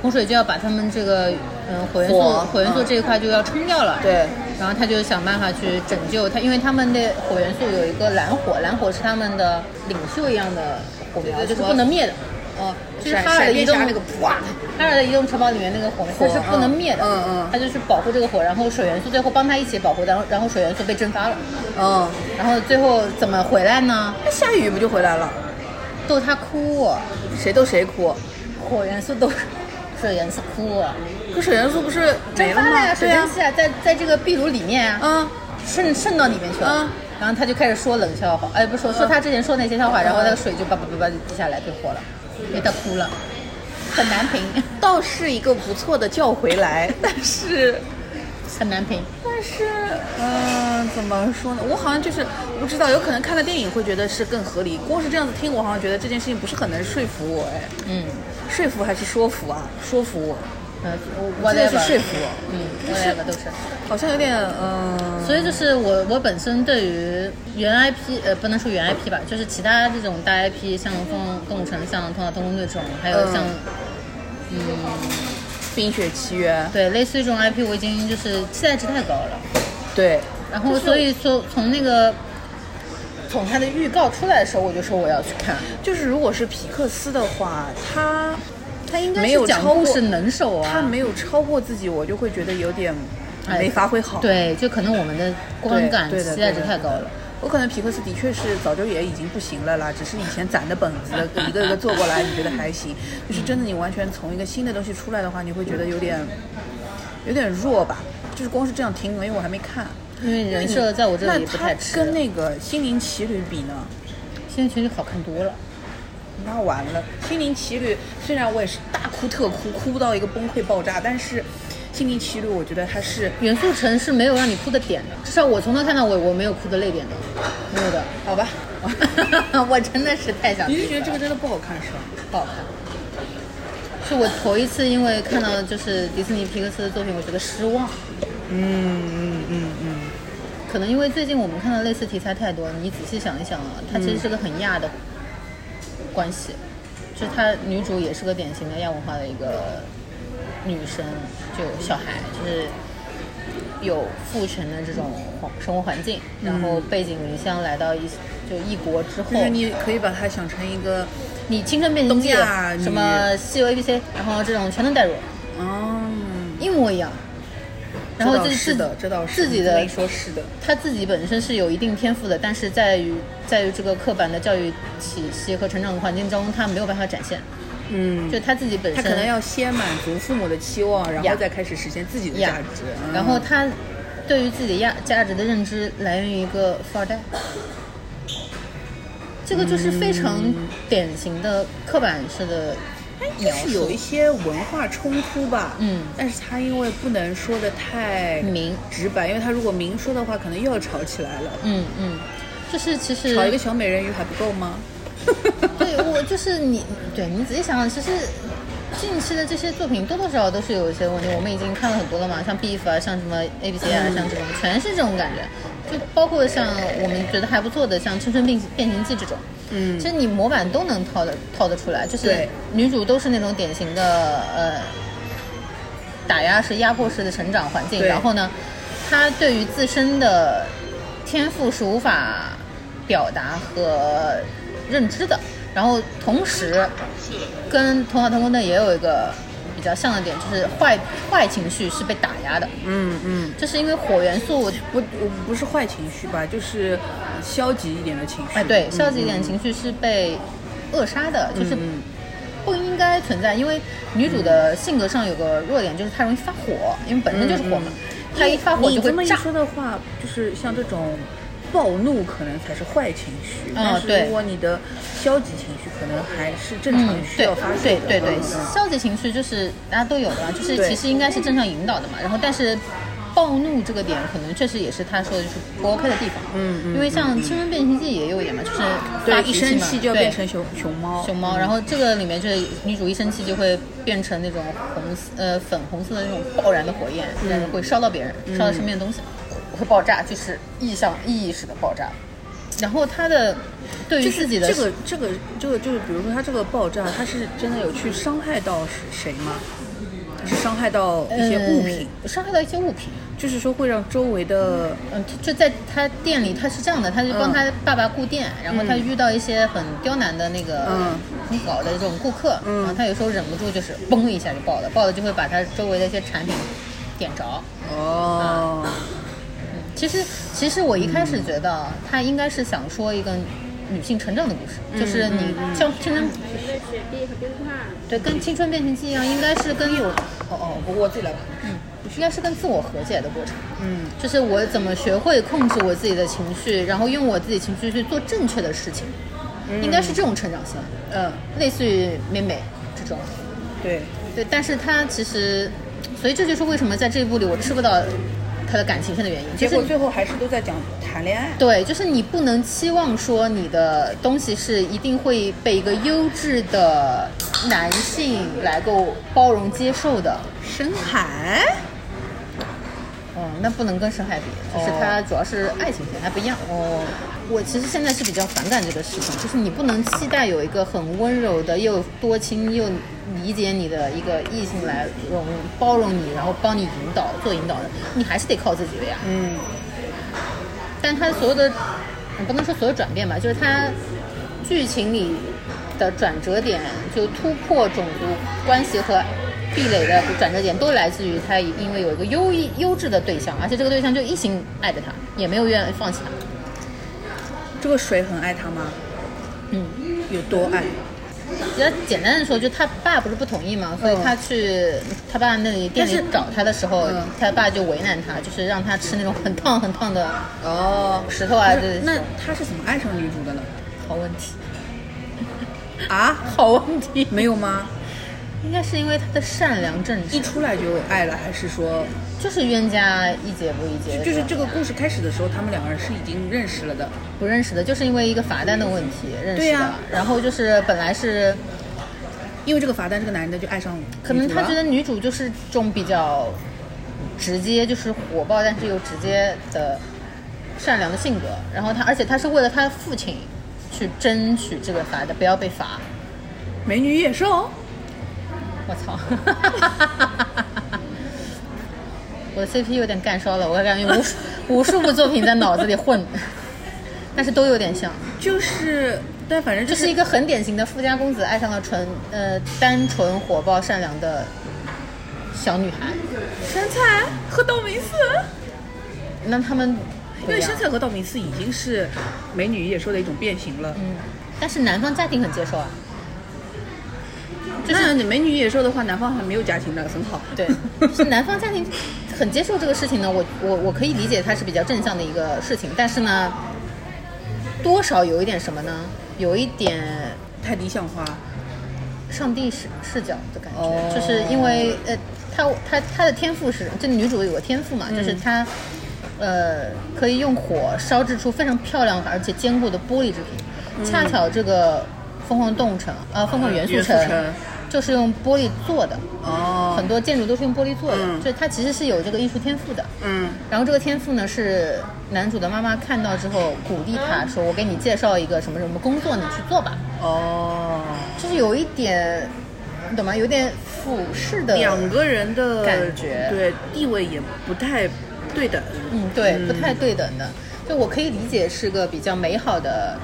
洪水就要把他们这个嗯火元素火火元素嗯这一块就要冲掉了。对。然后他就想办法去拯救他，因为他们的火元素有一个蓝火，蓝火是他们的领袖一样的火苗，就是不能灭的。哦，就是闪哈尔闪的电移动侠那个哇，哈尔的移动城堡里面那个火，它是不能灭的，嗯嗯它就是保护这个火，然后水元素最后帮他一起保护，然后然后水元素被蒸发了，嗯，然后最后怎么回来呢？那下雨不就回来了？逗他哭，谁逗谁哭？火元素逗水元素哭，可水元素不是蒸没了发了吗？呀，水对蒸呀，气啊，在在这个壁炉里面啊，嗯，渗渗到里面去了。嗯然后他就开始说冷笑话，哎，不是说说他之前说那些笑话，嗯然后那个水就叭叭叭叭就滴下来，被火了，因为他哭了，很难评，倒是一个不错的叫回来，但是很难评。但是，嗯、怎么说呢？我好像就是不知道，有可能看了电影会觉得是更合理。光是这样子听，我好像觉得这件事情不是很能说服我，哎，嗯，说服还是说服啊？说服我，呃，我真的是 whatever 说服我，嗯就是，whatever 都是。好像有点，嗯、所以就是我我本身对于原 IP 呃不能说原 IP 吧，就是其他这种大 IP，像《动动物城》、像《头脑特工队》这种，还有像、冰雪奇缘》对类似于这种 IP，我已经就是期待值太高了。对，然后所以说从那个从它的预告出来的时候，我就说我要去看，就是如果是皮克斯的话，他它应该没是有讲超故过事能手啊，他没有超过自己，我就会觉得有点哎没发挥好。，对，就可能我们的观感对对的期待值对的太高了。我可能皮克斯的确是早就也已经不行了啦，只是以前攒的本子一个一个做过来，你觉得还行。就是真的，你完全从一个新的东西出来的话，你会觉得有点有点弱吧。就是光是这样听，因为我还没看。因为人设在我这里不太吃那它，跟那个《心灵奇旅》比呢？现在全就好看多了。那完了，《心灵奇旅》虽然我也是大哭特哭，哭到一个崩溃爆炸，但是《心灵奇旅》我觉得它是元素城是没有让你哭的点的，至少我从头看到尾，我没有哭的泪点的，没有的。好吧。 我真的是太想你去是觉得这个真的不好看是吧？不好看。是我头一次因为看到就是迪士尼皮克斯的作品，我觉得失望。嗯嗯嗯嗯，可能因为最近我们看到类似题材太多，你仔细想一想啊，它嗯其实是个很亚的关系，就它女主也是个典型的亚文化的一个女生，就小孩，就是有父权的这种环生活环境，然后背井离乡来到一就异国之后，嗯就是你可以把它想成一个，你青春变形记东亚什么西游 A B C，然后这种全能代入，哦，一模一样。然后这倒自己是的，这倒是自己的没说是的，他自己本身是有一定天赋的，但是在于在于这个刻板的教育体系和成长环境中，他没有办法展现。嗯，就他自己本他身，可能要先满足父母的期望，然后呀再开始实现自己的呀价值，嗯然后他对于自己价价值的认知来源于一个富二代，这个就是非常典型的刻板式的嗯哎就描是有述一。些文化冲突吧，嗯但是他因为不能说的太明直白，因为他如果明说的话，可能又要吵起来了，嗯嗯，就是其实吵一个小美人鱼还不够吗？对我就是你，对你仔细想想，其实近期的这些作品多多少少都是有一些问题。我们已经看了很多了嘛，像 Beef 啊，像什么 A B C 啊，嗯像这种，全是这种感觉。就包括像我们觉得还不错的，像《青春变变形记》这种，嗯其实你模板都能套的套得出来，就是对女主都是那种典型的呃打压式、压迫式的成长环境，对然后呢，她对于自身的天赋是无法表达和认知的。然后同时，跟《头脑特工队》也有一个比较像的点，就是坏坏情绪是被打压的，嗯嗯，就是因为火元素不，我不是坏情绪吧，就是呃消极一点的情绪，哎，对，嗯消极一点情绪是被扼杀的，就是嗯不应该存在。因为女主的性格上有个弱点，就是她容易发火，因为本身就是火嘛，她一发火嗯你就这么会一炸。说的话，就是像这种暴怒可能才是坏情绪，嗯但是对如果你的消极情绪，可能还是正常嗯，需对要发泄对对的。对嗯，消极情绪就是大家都有的嘛，就是对其实应该是正向引导的嘛。然后但是暴怒这个点，可能确实也是他说的就是不 OK 的地方。嗯嗯因为像《青春变形记》也有一点嘛，就是发对，脾一气生嘛气就要对变成熊熊猫，熊猫，然后这个里面就是女主一生气就会变成那种红色呃粉红色的那种爆燃的火焰，但嗯是会烧到别人，烧到身边的东西，会爆炸，就是意向意义式的爆炸。然后他的对于就自是己的这个这个这个就是，比如说他这个爆炸，他是真的有去伤害到谁吗？是伤害到一些物品，呃伤害到一些物品。就是说会让周围的嗯，他就在他店里，他是这样的，他就帮嗯他爸爸顾店，然后他遇到一些很刁难的那个、嗯很搞的这种顾客，嗯然后他有时候忍不住就是嘣一下就爆了，爆了就会把他周围的一些产品点着。哦，其实，其实我一开始觉得啊他应该是想说一个女性成长的故事，嗯就是你像青春，对，跟《青春变形记》一样，应该是跟有，哦哦，我我自己来吧，嗯，应该是跟自我和解的过程，嗯，就是我怎么学会控制我自己的情绪，然后用我自己情绪去做正确的事情，应该是这种成长型，嗯，类似于美美这种，对，对，但是他其实，所以这就是为什么在这一部里我吃不到他的感情线的原因，就结是果最后还是都在讲谈恋爱，对，就是你不能期望说你的东西是一定会被一个优质的男性来够包容接受的。深海，嗯，那不能跟深海比，就是哦它主要是爱情片，它不一样。哦，我其实现在是比较反感这个事情，就是你不能期待有一个很温柔的、又多情又理解你的一个异性来容包容你，然后帮你引导做引导的，你还是得靠自己的呀。嗯，但它所有的，嗯不能说所有转变吧，就是它剧情里的转折点，就突破种族关系和壁垒的转折点，都来自于他因为有一个优异优质的对象，而且这个对象就一心爱着他，也没有愿意放弃他。这个水很爱他吗？嗯，有多爱？比较简单的说，就他爸不是不同意嘛，所以他去他爸那里店里嗯但是找他的时候，嗯他爸就为难他，就是让他吃那种很烫很烫的哦，石头啊，不就是是那他是怎么爱上女主的呢？好问题，啊， 好问题，没有吗？应该是因为他的善良正直一。出来就爱了，还是说就是冤家宜解不宜结，就是这个故事开始的时候，他们两个人是已经认识了的？不认识的，就是因为一个罚单的问题认识对的。呀然后就是本来是因为这个罚单，这个男的就爱上我。可能他觉得得女主啊就是这种比较直接，就是火爆，但是又直接的善良的性格。然后他，而且他是为了他父亲去争取这个罚单，不要被罚。美女野兽，我操！ 我的 CP 有点干烧了，我感觉无数无数部作品在脑子里混， 但是都有点像。就是，但反正这就是一个很典型的富家公子爱上了纯呃单纯火爆善良的小女孩。杉菜和道明寺，那他们因不一为样杉，菜和道明寺已经是美女与野兽的一种变形了。嗯，但是南方家庭很接受啊。就是那美女与野兽的话，南方还没有家庭的，很好。对，就是南方家庭很接受这个事情呢，我我我可以理解它是比较正向的一个事情，但是呢，多少有一点什么呢？有一点太理想化，上帝视视角的感觉，哦就是因为呃，她她她的天赋是，这女主有个天赋嗯嘛，就是她呃可以用火烧制出非常漂亮而且坚固的玻璃制嗯品，恰巧这个凤凰洞城啊呃凤凰元素元素城城就是用玻璃做的，嗯哦很多建筑都是用玻璃做的，嗯所以她其实是有这个艺术天赋的。嗯，然后这个天赋呢，是男主的妈妈看到之后鼓励他说：“我给你介绍一个什么什么工作，你去做吧。”哦，就是有一点，你懂吗？有点俯视的两个人的感觉对地位也不太对等。嗯，对，不太对等的。就我可以理解是个比较美好的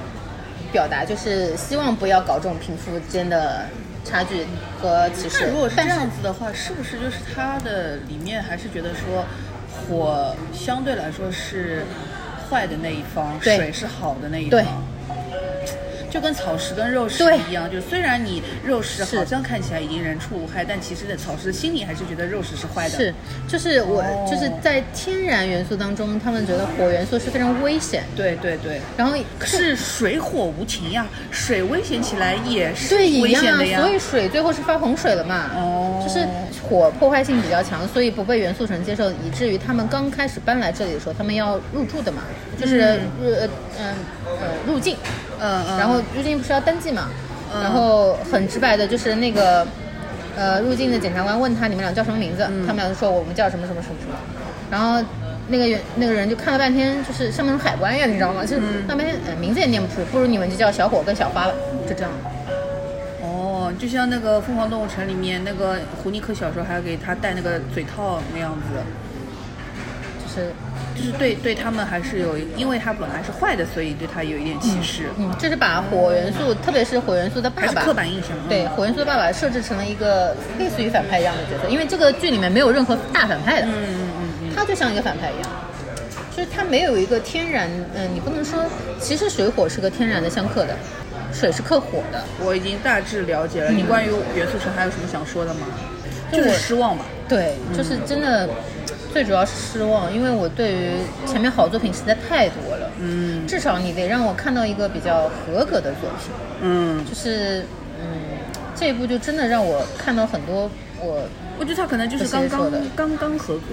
表达，就是希望不要搞这种贫富之间的差距和歧视。那如果是这但是样子的话，是不是就是他的里面还是觉得说，火相对来说是坏的那一方，对水是好的那一方。对就跟草食跟肉食对一样，就虽然你肉食是好像看起来已经人畜无害，但其实草食心里还是觉得肉食是坏的。是，就是我、哦就是在天然元素当中，他们觉得火元素是非常危险，对对对。然后可是水火无情呀，水危险起来也是对一危样险啊的呀。所以水最后是发洪水了嘛。哦就是火，破坏性比较强，所以不被元素城接受，以至于他们刚开始搬来这里的时候，他们要入住的嘛，就是入呃嗯呃入境，嗯嗯，然后入境不是要登记嘛，嗯然后很直白的就是那个，呃，入境的检察官问他你们俩叫什么名字，嗯他们俩就说我们叫什么什么什么什么，然后那个人那个人就看了半天，就是像那种海关呀，你知道嗯吗？就是看半天、呃名字也念不出，不如你们就叫小伙跟小花吧，就这样。哦，就像那个《疯狂动物城》里面那个胡尼克小时候还给他戴那个嘴套那样子，就是，就是对对他们还是有，因为他本来是坏的，所以对他有一点歧视，嗯，这是把火元素，特别是火元素的爸还是爸，刻板印象。嗯对，火元素的爸爸设置成了一个类似于反派一样的角色，因为这个剧里面没有任何大反派的，嗯嗯嗯嗯，他就像一个反派一样，就是他没有一个天然，嗯、你不能说，其实水火是个天然的相克的，水是克火的，我已经大致了解了。嗯你关于元素城还有什么想说的吗？就就是我失望吧。对，就是嗯真的，最主要是失望，因为我对于前面好作品实在太多了，嗯至少你得让我看到一个比较合格的作品，嗯，就是，嗯，这一部就真的让我看到很多我我觉得他可能就是不刚屑说刚的刚刚合格，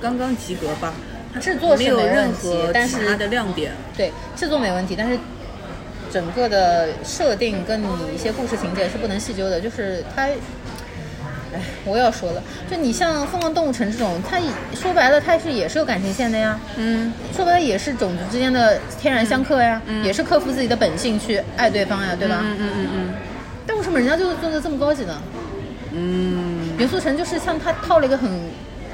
刚刚及格吧。他制作是没有没问任题何但其是他的亮点。对制作没问题，但是整个的设定跟你一些故事情节是不能细究的，就是它。哎，我要说了，就你像《疯狂动物城》这种，它也说白了，它是也是有感情线的呀，嗯说白了也是种族之间的天然相克呀，也是克服自己的本性去爱对方呀，对吧？嗯嗯嗯但为什么人家就是做的这么高级呢？嗯元素城就是像它套了一个很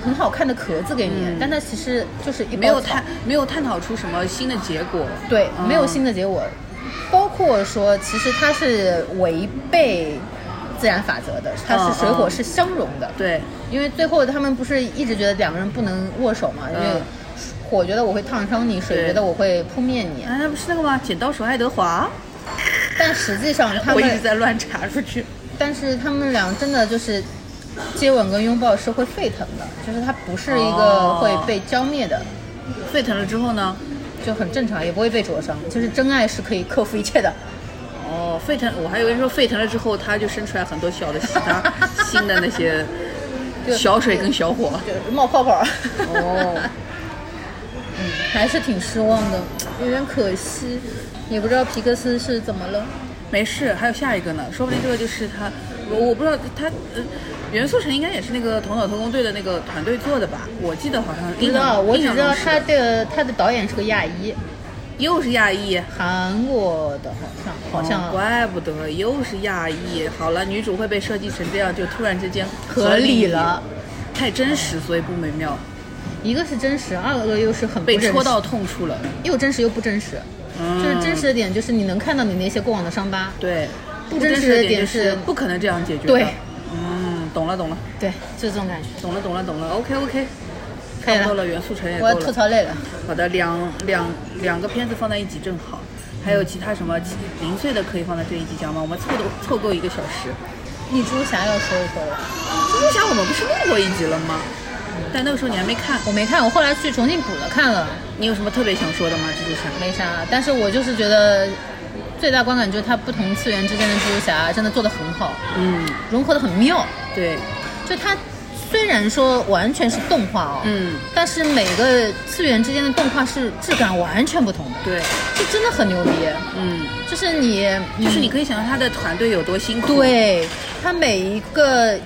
很好看的壳子给你，但它其实就是一包嗯，没有草探没有探讨出什么新的结果。对，嗯没有新的结果。包括说，其实它是违背自然法则的，它嗯是水火嗯是相融的。对，因为最后他们不是一直觉得两个人不能握手嘛，因为嗯火觉得我会烫伤你，水对觉得我会扑灭你，啊，那不是那个吗？剪刀手爱德华，但实际上他我一直们，在乱查出去。但是他们俩真的就是。接吻跟拥抱是会沸腾的，就是它不是一个哦会被浇灭的，沸腾了之后呢？就很正常，也不会被灼伤。就是真爱是可以克服一切的。哦，沸腾，我还以为说沸腾了之后，它就生出来很多小的其 他新的那些就小水跟小火。就是冒泡泡。哦，嗯，还是挺失望的，有点可惜，也不知道皮克斯是怎么了。 没事，还有下一个呢，说不定这个就是他，我我不知道他，呃，元素城应该也是那个头脑特工队的那个团队做的吧？我记得好像不知道，我印只象知道中是他的他的导演是个亚裔，又是亚哦裔，韩国的，好像好像哦、怪不得又是亚裔。好了，女主会被设计成这样，就突然之间合理了，。太真实，所以不美妙，一个是真实，二个又是很不被真戳实到，痛处了。又真实又不真实。嗯就是真实的点就是你能看到你那些过往的伤疤，对，不真真实实的的点点就是是嗯不可能这样解决的。对，嗯，懂了懂了对，就是这种感觉。懂了懂了懂了，OK OK，可以差不多了，了，元素城也我要够吐了。槽累了。好的，两两两个片子放在一起正好。还有其他什么其零碎的可以放在这一集讲吗？我们凑够凑够一个小时。你猪侠要说一说了，蜘蛛侠我们不是录过一集了吗？但那个时候你还没看，我没看，我后来去重新补了看了。你有什么特别想说的吗？蜘蛛侠？没啥，但是我就是觉得最大观感就是它不同次元之间的蜘蛛侠真的做的很好，嗯，融合的很妙。对，就它虽然说完全是动画哦，嗯，但是每个次元之间的动画是质感完全不同的，对，这真的很牛逼。嗯，就是你，就是你可以想象他的团队有多辛苦。，对它每一个，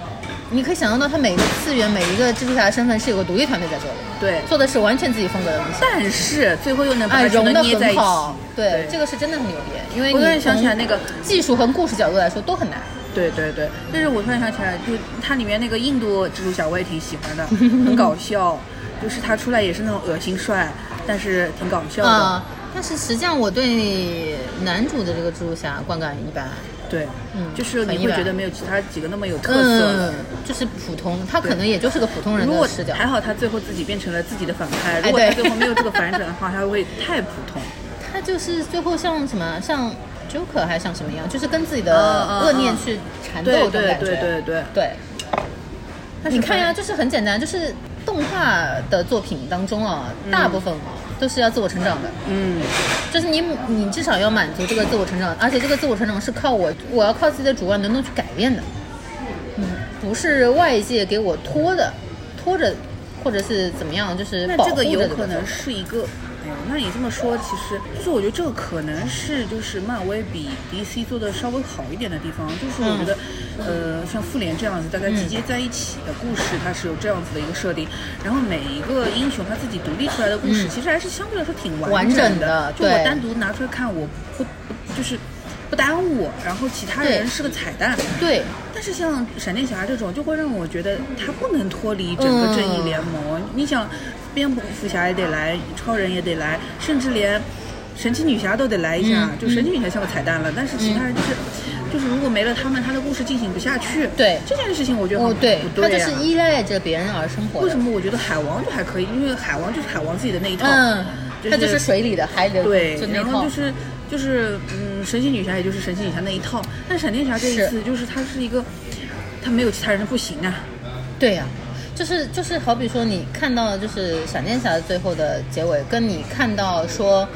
你可以想象到它每个次元每一个蜘蛛侠的身份是有个独立团队在做的，对，做的是完全自己风格的东西，但是最后又能把哎，它融全的都捏在很一起。好。对对，这个是真的很牛逼，因为我突然你想起来从那个技术和故事角度来说都很难。对对对，但是我突然想起来，就它里面那个印度蜘蛛侠，我也挺喜欢的，很 搞笑，就是他出来也是那种恶心帅，但是挺搞笑的。啊、但是实际上我对男主的这个蜘蛛侠观感一般，对，嗯就是你很意会外觉得没有其他几个那么有特色了。嗯，就是普通，他可能也就是个普通人如果的视角，还好，他最后自己变成了自己的反派。如哎果他对最后没有这个反转的话，他会太普 通。他就是最后像什么像 Joker 还像什么一样，就是跟自己的嗯嗯恶念去缠斗对这种对感觉。对对对。对但是你看呀、就是很简单，就是动画的作品当中啊，大部分啊、都是要自我成长的，嗯，就是你你至少要满足这个自我成长，而且这个自我成长是靠我我要靠自己的主观能动去改变的。嗯，不不是外界给我拖的，拖着或者是怎么样，就是那保护这个着有这可作能品是一个，哎呦，那你这么说，其实就是我觉得这个可能是就是漫威比 DC 做的稍微好一点的地方，就是我觉嗯得，呃，像复联这样子大家集结在一起的故事，它是有这样子的一个设定，然后每一个英雄他自己独立出来的故事，其实还是相对来说挺嗯完整整的就我对单独拿出来看，我不不就是不耽误我，然后其他对人是个彩蛋。对，但是像闪电侠这种，就会让我觉得他不能脱离整个正义联盟。你想，蝙蝠侠也得来，超人也得来，甚至连神奇女侠都得来一下。嗯就神奇女侠像个彩蛋了，但是其他人就是，就是如果没了他们，他的故事进行不下去。对这件事情，我觉得很哦对，不他对就呀、是依赖着别人而生活为的什，么我觉得海王就还可以？因为海王就是海王自己的那一套。嗯，他就就是是水里的、海里的，对就，那然后套就。是就是嗯，神奇女侠也就是神奇女侠那一套，但闪电侠这一是次就是他是一个，他没有其他人不行啊。对呀、就是就是，好比说你看到就是闪电侠最后的结尾，跟你看到说，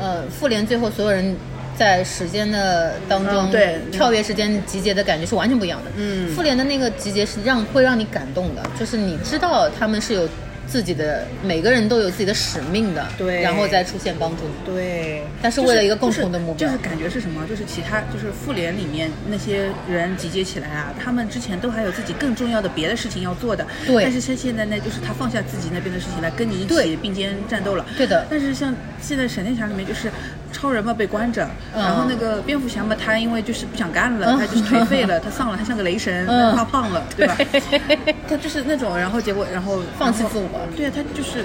呃，复联最后所有人在时间的当中，嗯对跳跃时间集结的感觉是完全不一样的。嗯复联的那个集结是让会让你感动的，就是你知道他们是有自己的，每个人都有自己的使命的，对然后再出现帮助你。对，但是为了一个共同的目标就是就是感觉是什么？就是其他就是复联里面那些人集结起来啊，他们之前都还有自己更重要的别的事情要做的。对但是像现在呢，就是他放下自己那边的事情来跟你一起对并肩战斗了。对的但是像现在闪电侠里面就是。超人嘛被关着，嗯然后那个蝙蝠侠嘛，他因为就是不想干了，嗯他就是颓废 了，他丧了，他像个雷神，嗯他胖了，对吧？他就是那种，然后结果然后放弃然后自我对啊，他就是，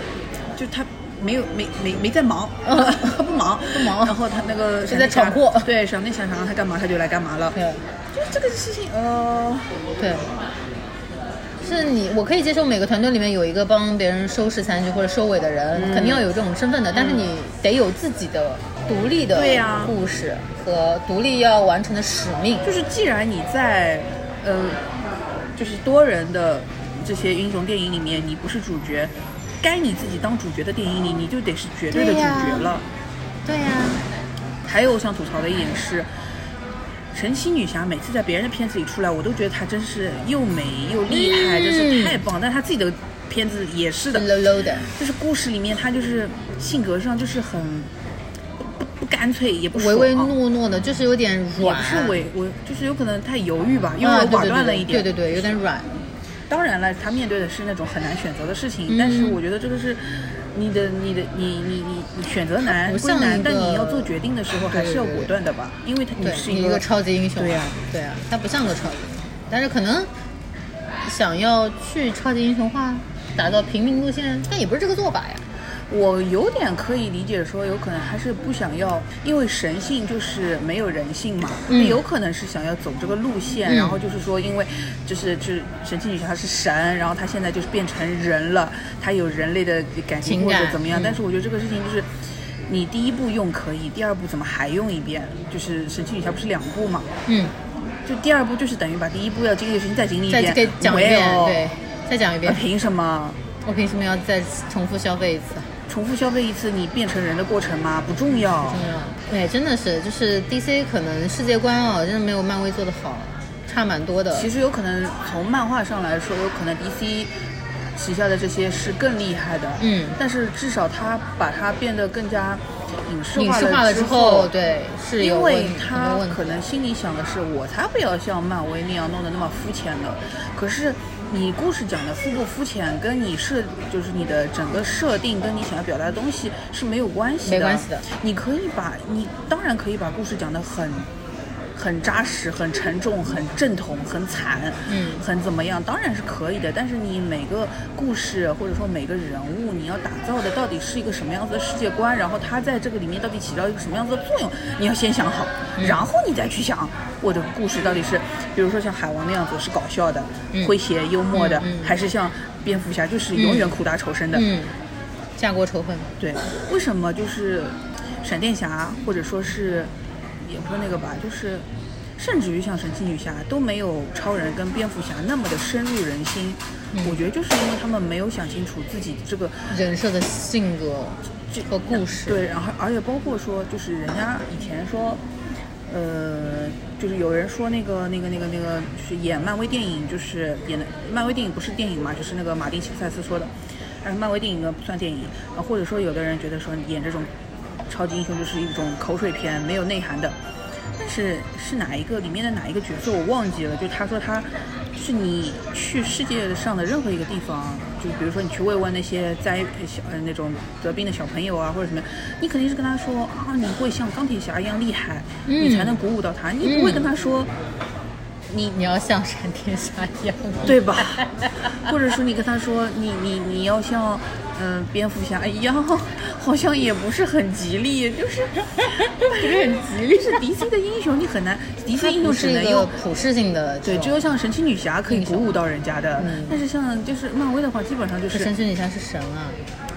就他没有没没没在忙，嗯他 不忙 不忙然后他那个就在闪电侠闯祸对，闪电侠想让他干嘛他就来干嘛了，对。啊就是这个事情呃，对，是你，我可以接受每个团队里面有一个帮别人收拾残局或者收尾的人，嗯肯定要有这种身份的，但是你得有自己的哦独立的对呀故事和独立要完成的使命。就是既然你在呃，就是多人的这些英雄电影里面你不是主角，该你自己当主角的电影里你就得是绝对的主对呀角了。对呀、还有想吐槽的一点是，神奇女侠每次在别人的片子里出来，我都觉得她真是又美又厉害，嗯真是太棒。但她自己的片子也是的， low low 的，就是故事里面她就是性格上就是很不不不干脆，也不唯爽唯诺诺的，就是有点也软不。是唯我就是有可能太犹豫吧，因为啊，我对寡对断了对一对，点。对对对，有点软。当然了，他面对的是那种很难选择的事情，嗯但是我觉得这个是你的、你的、你、你、你、你选择难不归像难一，个但你要做决定的时候还是要对对果对断的吧，因为他你对，是你一个超级英雄，对呀对啊，他不像个超级英雄，但是可能想要去超级英雄化，打造平民路线，但也不是这个做法呀。我有点可以理解，说有可能还是不想要，因为神性就是没有人性嘛，嗯有可能是想要走这个路线，嗯然后就是说，因为就是就是神奇女侠她是神，然后她现在就是变成人了，她有人类的感情情或感者怎么样，嗯但是我觉得这个事情就是。你第一步用可以，第二步怎么还用一遍？就是神奇女侠不是两步嘛？嗯，就第二步就是等于把第一步要经历的事情再经历一再遍。给讲一没遍，有对，，再讲一那遍。凭什么？我凭什么要再重复消费一次？重复消费一次你变成人的过程吗？不重要。重要。对，真的是，就是 DC 可能世界观哦，真的没有漫威做的好，差蛮多的。其实有可能从漫画上来说，有可能 DC 旗下的这些是更厉害的，嗯但是至少它把它变得更加影视影化视化了了之之后后，，对，是有因问为题，很他多问题可。能心里想的是，我才不要像漫威那样弄得那么肤浅的。可是你故事讲的肤不肤浅，跟你设就是你的整个设定跟你想要表达的东西是没有关系的。没关系的，你可以把你当然可以把故事讲得很。很扎实、很沉重、很正统、很惨，嗯很怎么样，当然是可以的。但是你每个故事或者说每个人物，你要打造的到底是一个什么样子的世界观，然后它在这个里面到底起到一个什么样子的作用，嗯你要先想好，然后你再去想我的故事到底是，比如说像海王那样子是搞笑的、嗯诙谐幽默的，嗯嗯还是像蝙蝠侠就是永远苦大仇深的，嗯，嫁过仇恨。对，为什么就是闪电侠，或者说是也不是那个吧，就是甚至于像神奇女侠都没有超人跟蝙蝠侠那么的深入人心。我觉得就是因为他们没有想清楚自己这个人设的性格这和故事，对，然后而且包括说，就是人家以前说，呃，就是有人说那个那个那个那个是演漫威电影，就是演的漫威电影不是电影嘛，就是那个马丁·西塞斯说的，但是漫威电影呢不算电影啊，或者说有的人觉得说演这种超级英雄就是一种口水片，没有内涵的。但是是哪一个里面的哪一个角色我忘记了，就他说他是你去世界上的任何一个地方，就比如说你去慰问那些灾小呃那种得病的小朋友啊或者什么，你肯定是跟他说啊你会像钢铁侠一样厉害，你才能鼓舞到他，你不会跟他说。你你要像闪电侠一样，对吧？ 或者说你跟他说你你你要像嗯、蝙蝠侠一样， 好像也不是很吉利，就是不是很吉利就是 DC 的英雄，你很难，DC 它英雄不只是一能个用普世性的这对，种，只有像神奇女侠可以英鼓雄舞到人家的，嗯但是像就是漫威的话，基本上就可神是奇女侠是神啊，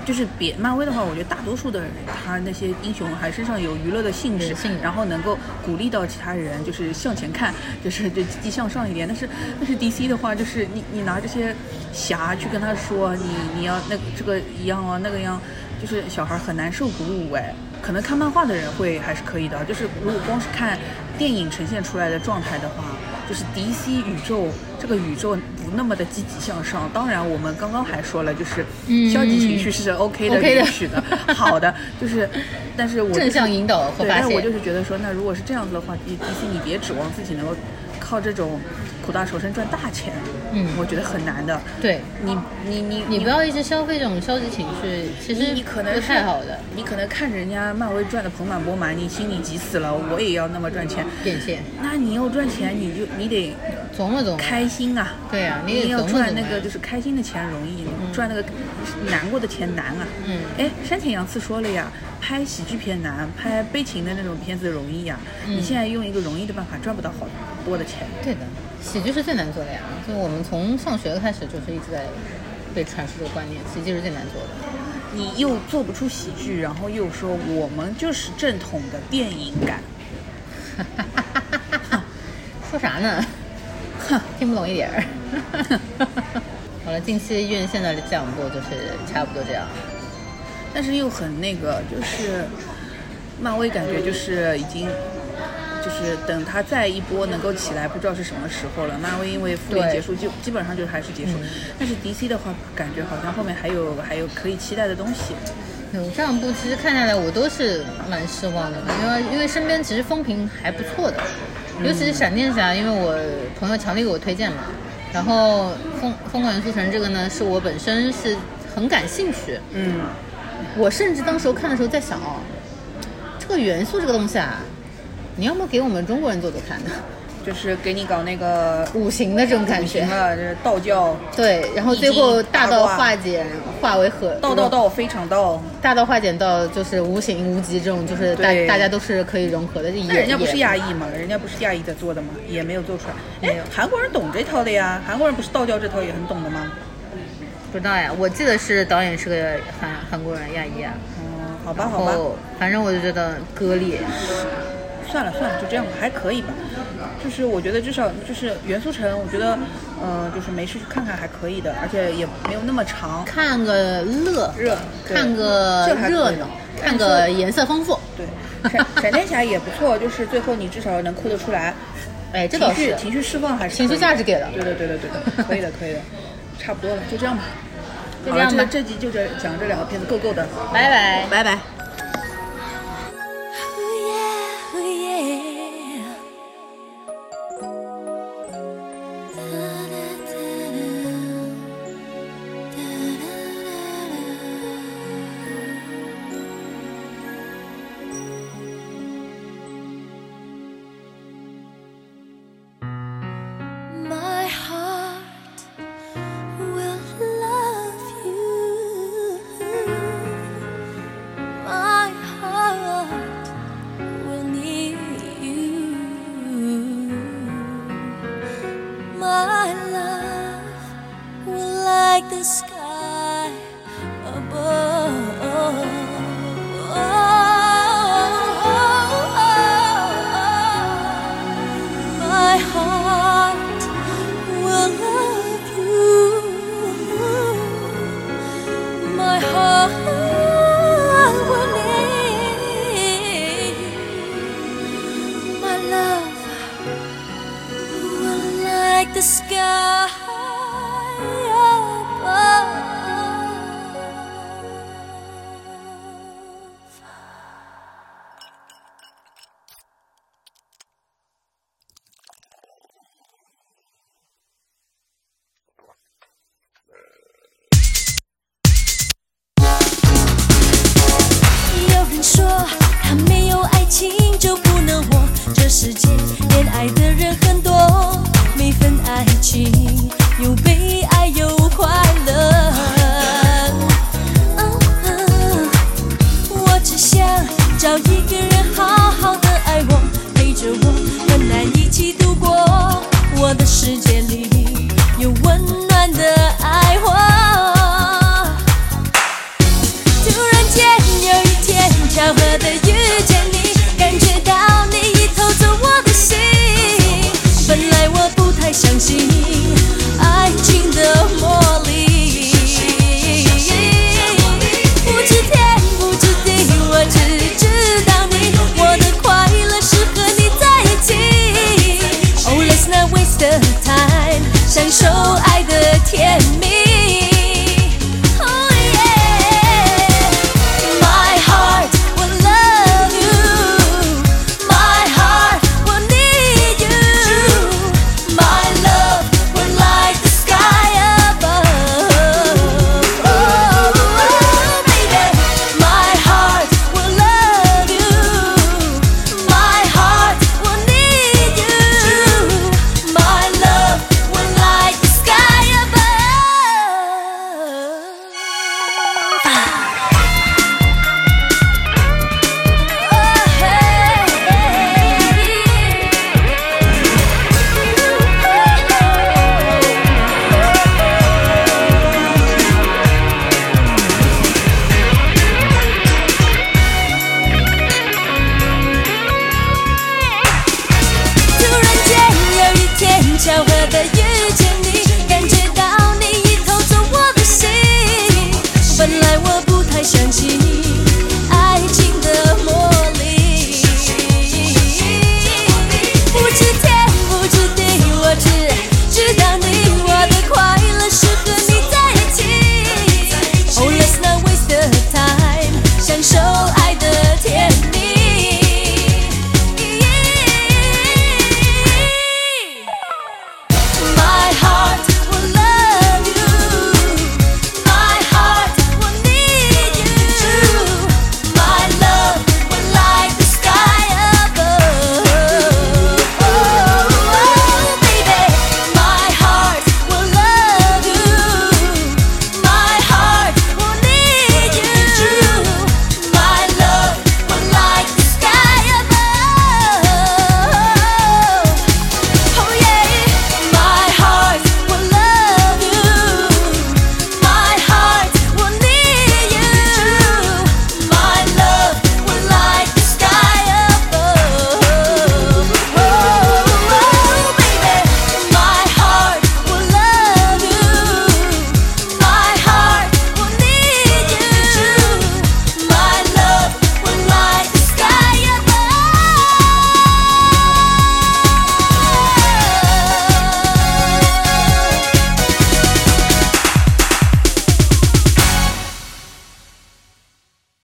就是别漫威的话，我觉得大多数的人他那些英雄还身上有娱乐的性质人性，然后能够鼓励到其他人，就是向前看，就是就积极向上一点。但是但是 DC 的话，就是你你拿这些侠去跟他说你你要那个这个一样啊那个样，就是小孩很难受鼓舞哎。可能看漫画的人会还是可以的，就是如果光是看电影呈现出来的状态的话，就是 DC 宇宙这个宇宙不那么的积极向上。当然，我们刚刚还说了，就是嗯消极情绪是 OK 的、 OK 的允许的、好的，就是，但是我、就是、正向引导和对，发但是我泄就。是觉得说，那如果是这样子的话，D D C 你别指望自己能够靠这种苦大仇深赚大钱，嗯我觉得很难的。对，你你你你不要一直消费这种消极情绪，其实你可能不是太好的。你可能看着人家漫威赚的盆满钵满，你心里急死了，我也要那么赚钱。变现，那你要赚钱，你就你得琢磨琢磨。开心啊！对啊你你得要琢磨赚琢磨那个呀就是开心的钱容易，赚那个难过的钱难啊。嗯哎，山田洋次说了呀，拍喜剧片难，拍悲情的那种片子容易呀。嗯你现在用一个容易的办法，赚不到好多的钱。对的，喜剧是最难做的呀。就我们从上学开始就是一直在被传输这个观念，喜剧是最难做的。你又做不出喜剧，然后又说我们就是正统的电影感，说啥呢？哼，听不懂一点儿。 好了，近期院线的讲座就是差不多这样。但是又很那个，就是漫威感觉就是已经。就是等他再一波能够起来，不知道是什么时候了。漫威因为复联对嗯结束，就基本上就还是结束。但是 DC 的话，感觉好像后面还有还有可以期待的东西。有嗯这样部其实看下来我都是蛮失望的，因为因为身边其实风评还不错的，尤嗯其是闪电侠，因为我朋友强烈给我推荐嘛。然后疯疯狂元素城这个呢，是我本身是很感兴趣，嗯，我甚至当时候看的时候在想哦，这个元素这个东西啊，你要么给我们中国人做做看呢，就是给你搞那个五行的这种感觉嗯什。么就是道教，对，然后最后大道化简，化为合，道道道非常道。大道化简到就是无形无极这种，就是大对大家都是可以融合的。那人家不是呀，亚裔嘛，人家不是亚裔在做的嘛，也没有做出来。哎，韩国人懂这套的呀，韩国人不是道教这套也很懂的吗？不知道呀，我记得是导演是个韩韩国人亚裔啊。嗯，好吧，然好吧，后反正我就觉得割裂，算了算了，就这样吧，还可以吧。就是我觉得至少就是元素城，我觉得，呃，就是没事去看看还可以的，而且也没有那么长。看个乐，热对看个这还可以哎热闹，看个颜色丰富。对，闪闪电侠也不错，就是最后你至少能哭得出来，哎，这倒情绪是情绪释放还是情绪可以价值给了对的对的对的，可以的可以的，差不多了，就这样吧。就好这了样吧这这集就这讲这两个片子够够的，拜拜。拜拜。 Oh yeah, oh yeah. Da-da-da-da. Da-da-da-da. My heart will love you my heart will need you. My love will like the sky. Oh, Oh, Oh, Oh, Oh,